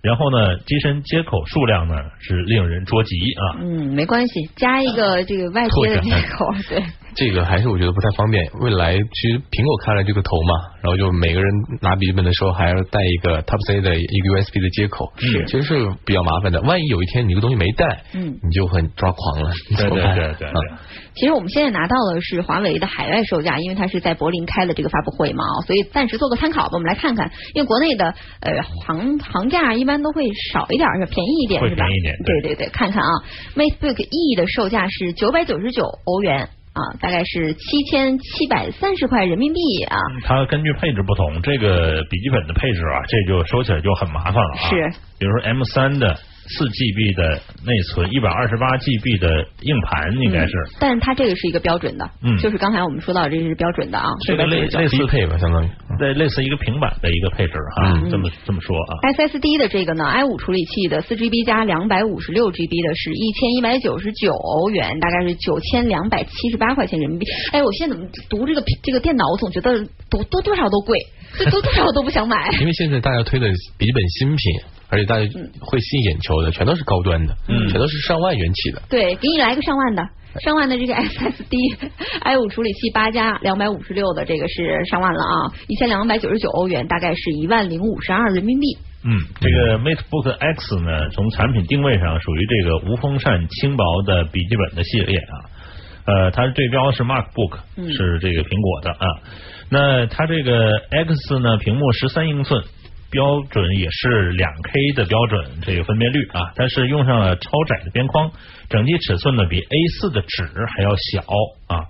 Speaker 2: 然后呢，机身接口数量呢是令人捉急啊，
Speaker 3: 嗯，没关系，加一个这个外接的接口，对，
Speaker 4: 这个还是我觉得不太方便。未来其实苹果开了这个头嘛，然后就每个人拿笔记本的时候还要带一个 Type C 的一个 USB 的接口，
Speaker 2: 是
Speaker 4: 其实是比较麻烦的。万一有一天你这个东西没带，
Speaker 3: 嗯
Speaker 4: 你就很抓狂了。你
Speaker 2: 对
Speaker 4: 怎
Speaker 2: 对
Speaker 4: 么办
Speaker 2: 对对
Speaker 4: 啊
Speaker 2: 对。
Speaker 3: 其实我们现在拿到的是华为的海外售价，因为它是在柏林开的这个发布会嘛，所以暂时做个参考吧。我们来看看，因为国内的呃行行价一般都会少一点，是吧便宜一点，
Speaker 2: 会
Speaker 3: 是吧？
Speaker 2: 便宜一点
Speaker 3: 对
Speaker 2: 对
Speaker 3: 对对，看看啊，MateBook E 的售价是九百九十九欧元啊，大概是七千七百三十块人民币啊。
Speaker 2: 嗯它根据配置不同，这个笔记本的配置啊，这就说起来就很麻烦了啊。
Speaker 3: 是，
Speaker 2: 比如说 M 三的四 GB 的内存，一百二十八 GB 的硬盘，应该是、
Speaker 3: 嗯但它这个是一个标准的，
Speaker 2: 嗯
Speaker 3: 就是刚才我们说到这是标准的啊。
Speaker 2: 这个类类似
Speaker 4: 低配吧，相当于。
Speaker 2: 类类似一个平板的一个配置哈、
Speaker 4: 嗯
Speaker 2: 这么这么说啊。
Speaker 3: SSD 的这个呢，i 五处理器的四 GB 加两百五十六 GB 的是一千一百九十九欧元，大概是九千两百七十八块钱人民币。哎，我现在怎么读这个这个电脑，我总觉得读多多少都贵，这多多少都不想买。
Speaker 4: 因为现在大家推的笔记本新品，而且大家
Speaker 3: 嗯
Speaker 4: 会吸引眼球的，全都是高端的，
Speaker 2: 嗯
Speaker 4: 全都是上万元起的。
Speaker 3: 对，给你来个上万的，上万的这个 SSD i 五处理器八加两百五十六的这个是上万了啊，一千两百九十九欧元，大概是一万零五十二人民币。
Speaker 2: 嗯，这个 MateBook X 呢，从产品定位上属于这个无风扇轻薄的笔记本的系列啊。呃，它对标是 MacBook，
Speaker 3: 嗯
Speaker 2: 是这个苹果的啊。那它这个 X 呢，屏幕十三英寸，标准也是两 K 的标准，这个分辨率啊，但是用上了超窄的边框，整体尺寸呢比 A 4的纸还要小啊。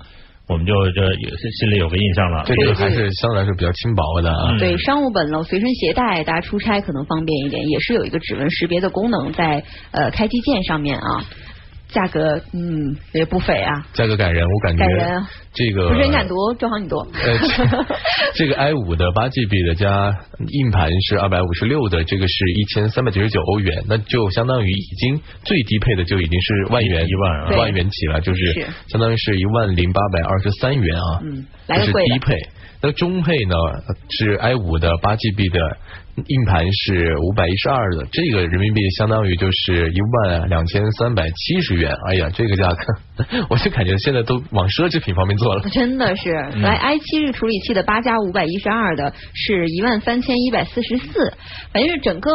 Speaker 2: 我们就这有心里有个印象了，
Speaker 4: 这
Speaker 2: 所以
Speaker 4: 个还是相对来说比较轻薄的啊。
Speaker 2: 嗯
Speaker 3: 对，商务本喽，随身携带，大家出差可能方便一点，也是有一个指纹识别的功能在呃开机键上面啊，价格嗯也不菲啊，
Speaker 4: 价格感人，我感觉
Speaker 3: 感人啊
Speaker 4: 这个
Speaker 2: 呃
Speaker 3: 不是你敢读，正好你读，
Speaker 4: 呃，这这 个 i 五的八 GB 的加硬盘是二百五十六的，这个是一千三百九十九欧元，那就相当于已经最低配的就已经是万元
Speaker 2: 一万啊
Speaker 3: 对
Speaker 4: 万元起了，就是
Speaker 3: 是
Speaker 4: 相当于是一万零八百二十三元啊，
Speaker 3: 嗯，来
Speaker 4: 这
Speaker 3: 个
Speaker 4: 是
Speaker 3: 贵
Speaker 4: 低
Speaker 3: 的，
Speaker 4: 配。那中配呢是 i 五的八 GB 的硬盘是五百一十二的，这个人民币相当于就是一万两千三百七十元。哎呀，这个价格， 我就感觉现在都往奢侈品方面做了。
Speaker 3: 真的是
Speaker 2: 嗯
Speaker 3: 来 i 七日处理器的八加五百一十二的是一万三千一百四十四，反正是整个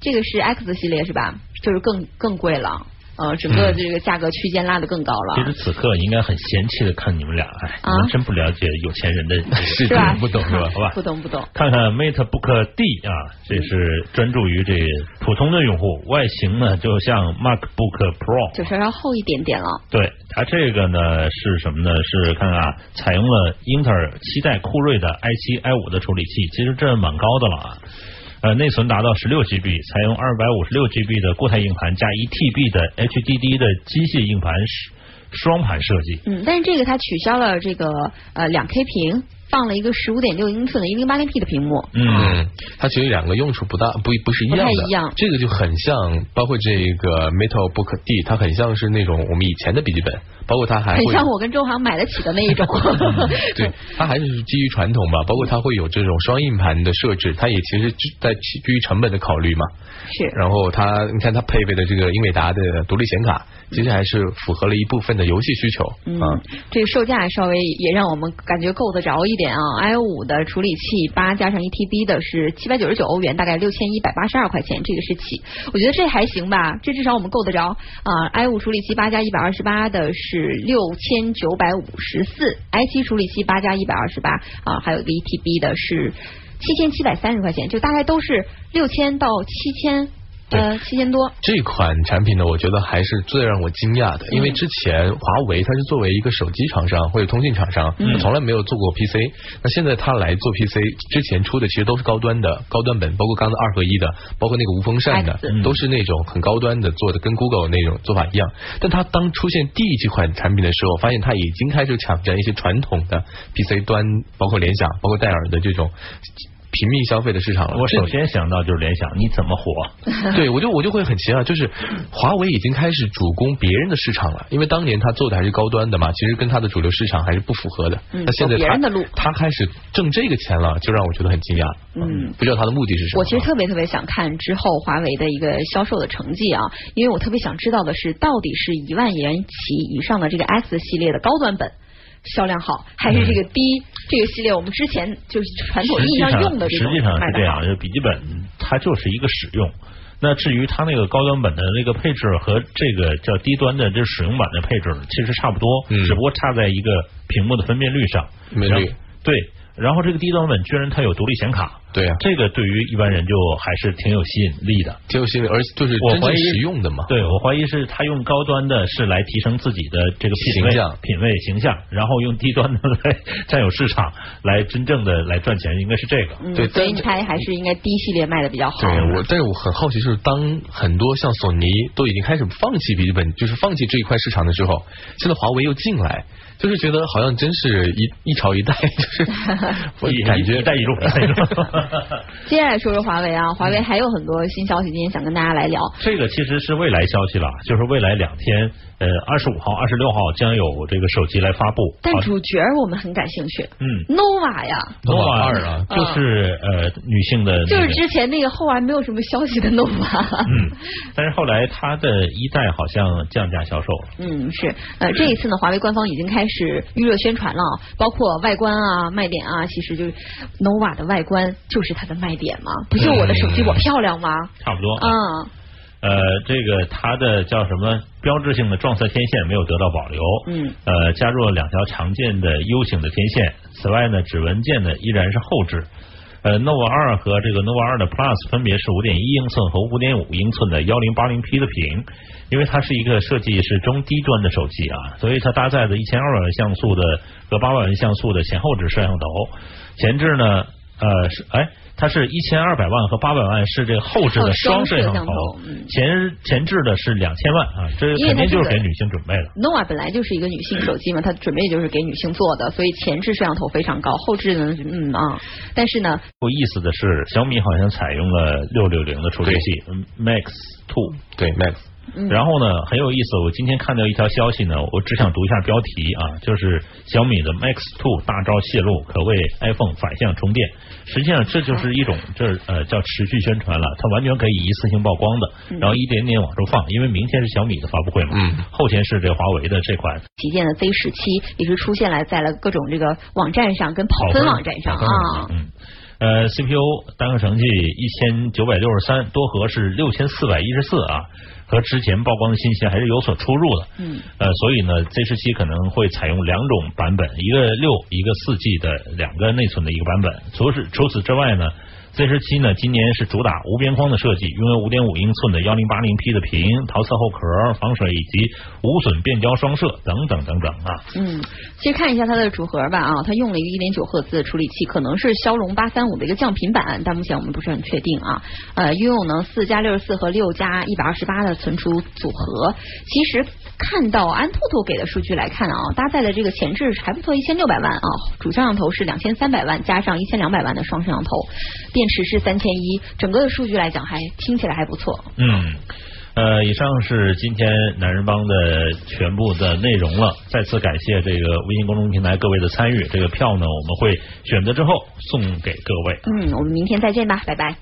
Speaker 3: 这个是 X 系列是吧？就是更更贵了。呃，整个这个价格区间拉得更高了。
Speaker 2: 嗯其实此刻应该很嫌弃的看你们俩，哎，
Speaker 3: 啊
Speaker 2: 你们真不了解有钱 人的世
Speaker 3: 是
Speaker 2: 界
Speaker 3: 吧，
Speaker 2: 不懂是吧？好吧，
Speaker 3: 不懂不懂。
Speaker 2: 看看 MateBook D 啊，这是专注于这普通的用户，外形呢就像 MacBook Pro，
Speaker 3: 就稍稍厚一点点了，
Speaker 2: 对它这个呢是什么呢？是看看啊，采用了英特尔七代酷睿的 i7 i5 的处理器，其实这蛮高的了啊。呃，内存达到十六 GB，采用二百五十六 GB 的固态硬盘加一 TB 的 HDD 的机械硬盘，双盘设计。
Speaker 3: 嗯，但是这个它取消了这个呃两 K 屏，放了一个十五点六英寸的一零八零 P 的屏幕，
Speaker 2: 嗯，
Speaker 4: 嗯，它其实两个用处不大，不不是一样的。
Speaker 3: 不太一样
Speaker 4: 这个就很像，包括这个 Metal Book D，它很像是那种我们以前的笔记本，包括它还
Speaker 3: 很
Speaker 4: 会
Speaker 3: 像我跟周航买得起的那一种。
Speaker 4: 对，它还是基于传统吧，包括它会有这种双硬盘的设置，它也其实是在基于成本的考虑嘛。
Speaker 3: 是，
Speaker 4: 然后它，你看它配备的这个英伟达的独立显卡，其实还是符合了一部分的游戏需求
Speaker 3: 嗯
Speaker 4: 啊。，
Speaker 3: 这个售价稍微也让我们感觉够得着一点啊。i 五的处理器八加上一 TB 的是七百九十九欧元，大概六千一百八十二块钱，这个是起。我觉得这还行吧，这至少我们够得着啊。i 五处理器八加一百二十八的是六千九百五十四，i 七处理器八加一百二十八啊，还有一个一 TB 的是七千七百三十块钱，就大概都是六千到七千，呃，七千多。
Speaker 4: 这款产品呢，我觉得还是最让我惊讶的，因
Speaker 2: 嗯
Speaker 4: 为之前华为它是作为一个手机厂商或者通信厂商，
Speaker 2: 嗯
Speaker 4: 它从来没有做过 PC。那现在它来做 PC，之前出的其实都是高端的高端本，包括刚才二合一的，包括那个无风扇的
Speaker 3: X，
Speaker 2: 嗯
Speaker 4: 都是那种很高端的做的，跟 Google 那种做法一样。但它当出现 D 这款产品的时候，发现它已经开始抢占一些传统的 PC 端，包括联想、包括戴尔的这种平民消费的市场了。
Speaker 2: 我
Speaker 4: 这
Speaker 2: 首先想到就是联想，你怎么火？
Speaker 4: 对，我就我就会很奇怪，就是华为已经开始主攻别人的市场了，因为当年他做的还是高端的嘛，其实跟他的主流市场还是不符合的。
Speaker 3: 嗯
Speaker 4: 那现在
Speaker 3: 走别
Speaker 4: 他
Speaker 3: 人的路
Speaker 4: 他开始挣这个钱了，就让我觉得很惊讶。
Speaker 3: 嗯，
Speaker 4: 不知道他的目的是什么。啊
Speaker 3: 我其实特别特别想看之后华为的一个销售的成绩啊，因为我特别想知道的是，到底是一万元起以上的这个 S 系列的高端本销量好，还是这个 D、这个系列我们之前就是传统
Speaker 2: 嗯实
Speaker 3: 意义
Speaker 2: 际
Speaker 3: 上
Speaker 2: 上
Speaker 3: 用的这
Speaker 2: 实
Speaker 3: 种
Speaker 2: 际上
Speaker 3: 卖
Speaker 2: 是这
Speaker 3: 的
Speaker 2: 样
Speaker 3: 好？，
Speaker 2: 就笔记本它就是一个使用。那至于它那个高端版的那个配置和这个叫低端的这使用版的配置其实差不多，
Speaker 4: 嗯
Speaker 2: 只不过差在一个屏幕的分辨率上。
Speaker 4: 分辨
Speaker 2: 然后
Speaker 4: 率
Speaker 2: 对，然后这个低端版居然它有独立显卡，
Speaker 4: 对啊，
Speaker 2: 这个对于一般人就还是挺有吸引力的。
Speaker 4: 就是因为而就是
Speaker 2: 我
Speaker 4: 真
Speaker 2: 怀
Speaker 4: 正
Speaker 2: 疑
Speaker 4: 实用的嘛。
Speaker 2: 对，我怀疑是他用高端的是来提升自己的这个品味、
Speaker 4: 形象
Speaker 2: 品味、形象，然后用低端的 来占有市场，来真正的来赚钱，应该是这个。
Speaker 3: 嗯
Speaker 4: 对，
Speaker 3: 所以
Speaker 4: 但
Speaker 3: 你猜还是应该 D 系列卖的比较好。
Speaker 2: 嗯
Speaker 4: 对我，但是我很好奇，就是当很多像索尼都已经开始放弃笔记本，就是放弃这一块市场的时候，现在华为又进来，就是觉得好像真是一一朝一代， 就是我
Speaker 2: 一
Speaker 4: 感觉
Speaker 2: 一带一路，一带一路
Speaker 3: 接下来说说华为啊，华为
Speaker 2: 嗯
Speaker 3: 还有很多新消息，今天想跟大家来聊。
Speaker 2: 这个其实是未来消息了，就是未来两天，呃，二十五号、二十六号将有这个手机来发布。
Speaker 3: 但
Speaker 2: 好
Speaker 3: 主角我们很感兴趣
Speaker 2: 嗯
Speaker 3: ，nova 呀，
Speaker 4: Nova
Speaker 2: ，nova
Speaker 4: 二啊
Speaker 2: 就是呃女性的那个，
Speaker 3: 就是之前那个后来没有什么消息的 nova。
Speaker 2: 嗯，但是后来它的一代好像降价销售了。
Speaker 3: 嗯，是，呃，这一次呢，华为官方已经开始预热宣传了，啊包括外观啊、卖点啊，其实就是 nova 的外观就是它的卖点嘛，不就我的手机我漂亮吗？
Speaker 2: 差不多，
Speaker 3: 嗯，
Speaker 2: 呃，这个它的叫什么标志性的撞色天线没有得到保留，
Speaker 3: 嗯，
Speaker 2: 呃，加入了两条常见的 U 型的天线。此外呢，指纹键呢依然是后置。呃，nova 二和这个 nova 二的 plus 分别是五点一英寸和五点五英寸的幺零八零 P 的屏，因为它是一个设计是中低端的手机啊，所以它搭载的一千二百万像素的和八百万像素的前后置摄像头，前置呢，呃是哎，它是一千二百万和八百万是这个后置的
Speaker 3: 哦双
Speaker 2: 双
Speaker 3: 摄
Speaker 2: 摄像
Speaker 3: 像
Speaker 2: 头
Speaker 3: 头嗯，
Speaker 2: 前前置的是两千万啊，这
Speaker 3: 因为
Speaker 2: 肯
Speaker 3: 它
Speaker 2: 定
Speaker 3: 这
Speaker 2: 就是给
Speaker 3: 个
Speaker 2: 女性准备的。
Speaker 3: nova 本来就是一个女性手机嘛，它准备就是给女性做的，所以前置摄像头非常高，后置呢，嗯啊，但是呢，
Speaker 2: 有意思的是，小米好像采用了六六零的处理器嗯 Max Two，
Speaker 4: 对 Max，
Speaker 3: 嗯
Speaker 2: 然后呢很有意思，我今天看到一条消息呢，我只想读一下标题啊，就是小米的 Max Two 大招泄露，可谓 iPhone 反向充电。实际上这就是一种这呃叫持续宣传了，它完全可以一次性曝光
Speaker 3: 嗯
Speaker 2: 的，然后一点点往出放，因为明天是小米的发布会嘛，
Speaker 4: 嗯
Speaker 2: 后天是这华为的这款
Speaker 3: 旗舰的 Z 十七也是出现了在了各种这个网站上跟跑
Speaker 2: 跑
Speaker 3: 分
Speaker 2: 分
Speaker 3: 网站上
Speaker 2: 跑分
Speaker 3: 啊
Speaker 2: 网站，嗯。呃，CPU 单个成绩一千九百六十三，多核是六千四百一十四啊，和之前曝光的信息还是有所出入的。
Speaker 3: 嗯，
Speaker 2: 呃，所以呢，Z 十七可能会采用两种版本，一个六，一个四 G 的两个内存的一个版本。除此除此之外呢，Z 十七呢今年是主打无边框的设计，拥有五点五英寸的幺零八零 P 的屏、陶瓷后壳、防水以及无损变焦双摄等等等等啊。
Speaker 3: 嗯，其实看一下它的主核吧啊，它用了一个一点九赫兹的处理器，可能是骁龙八三五的一个降频版，但目前我们不是很确定啊。呃，拥有呢四加六十四和六加一百二十八的存储组合。其实看到安兔兔给的数据来看啊，搭载的这个前置还不错，一千六百万啊，主摄像头是两千三百万加上一千两百万的双摄像头，电池是三千一，整个的数据来讲还听起来还不错。
Speaker 2: 嗯，呃，以上是今天男人帮的全部的内容了。再次感谢这个微信公众平台各位的参与，这个票呢我们会选择之后送给各位。
Speaker 3: 嗯，我们明天再见吧，拜拜。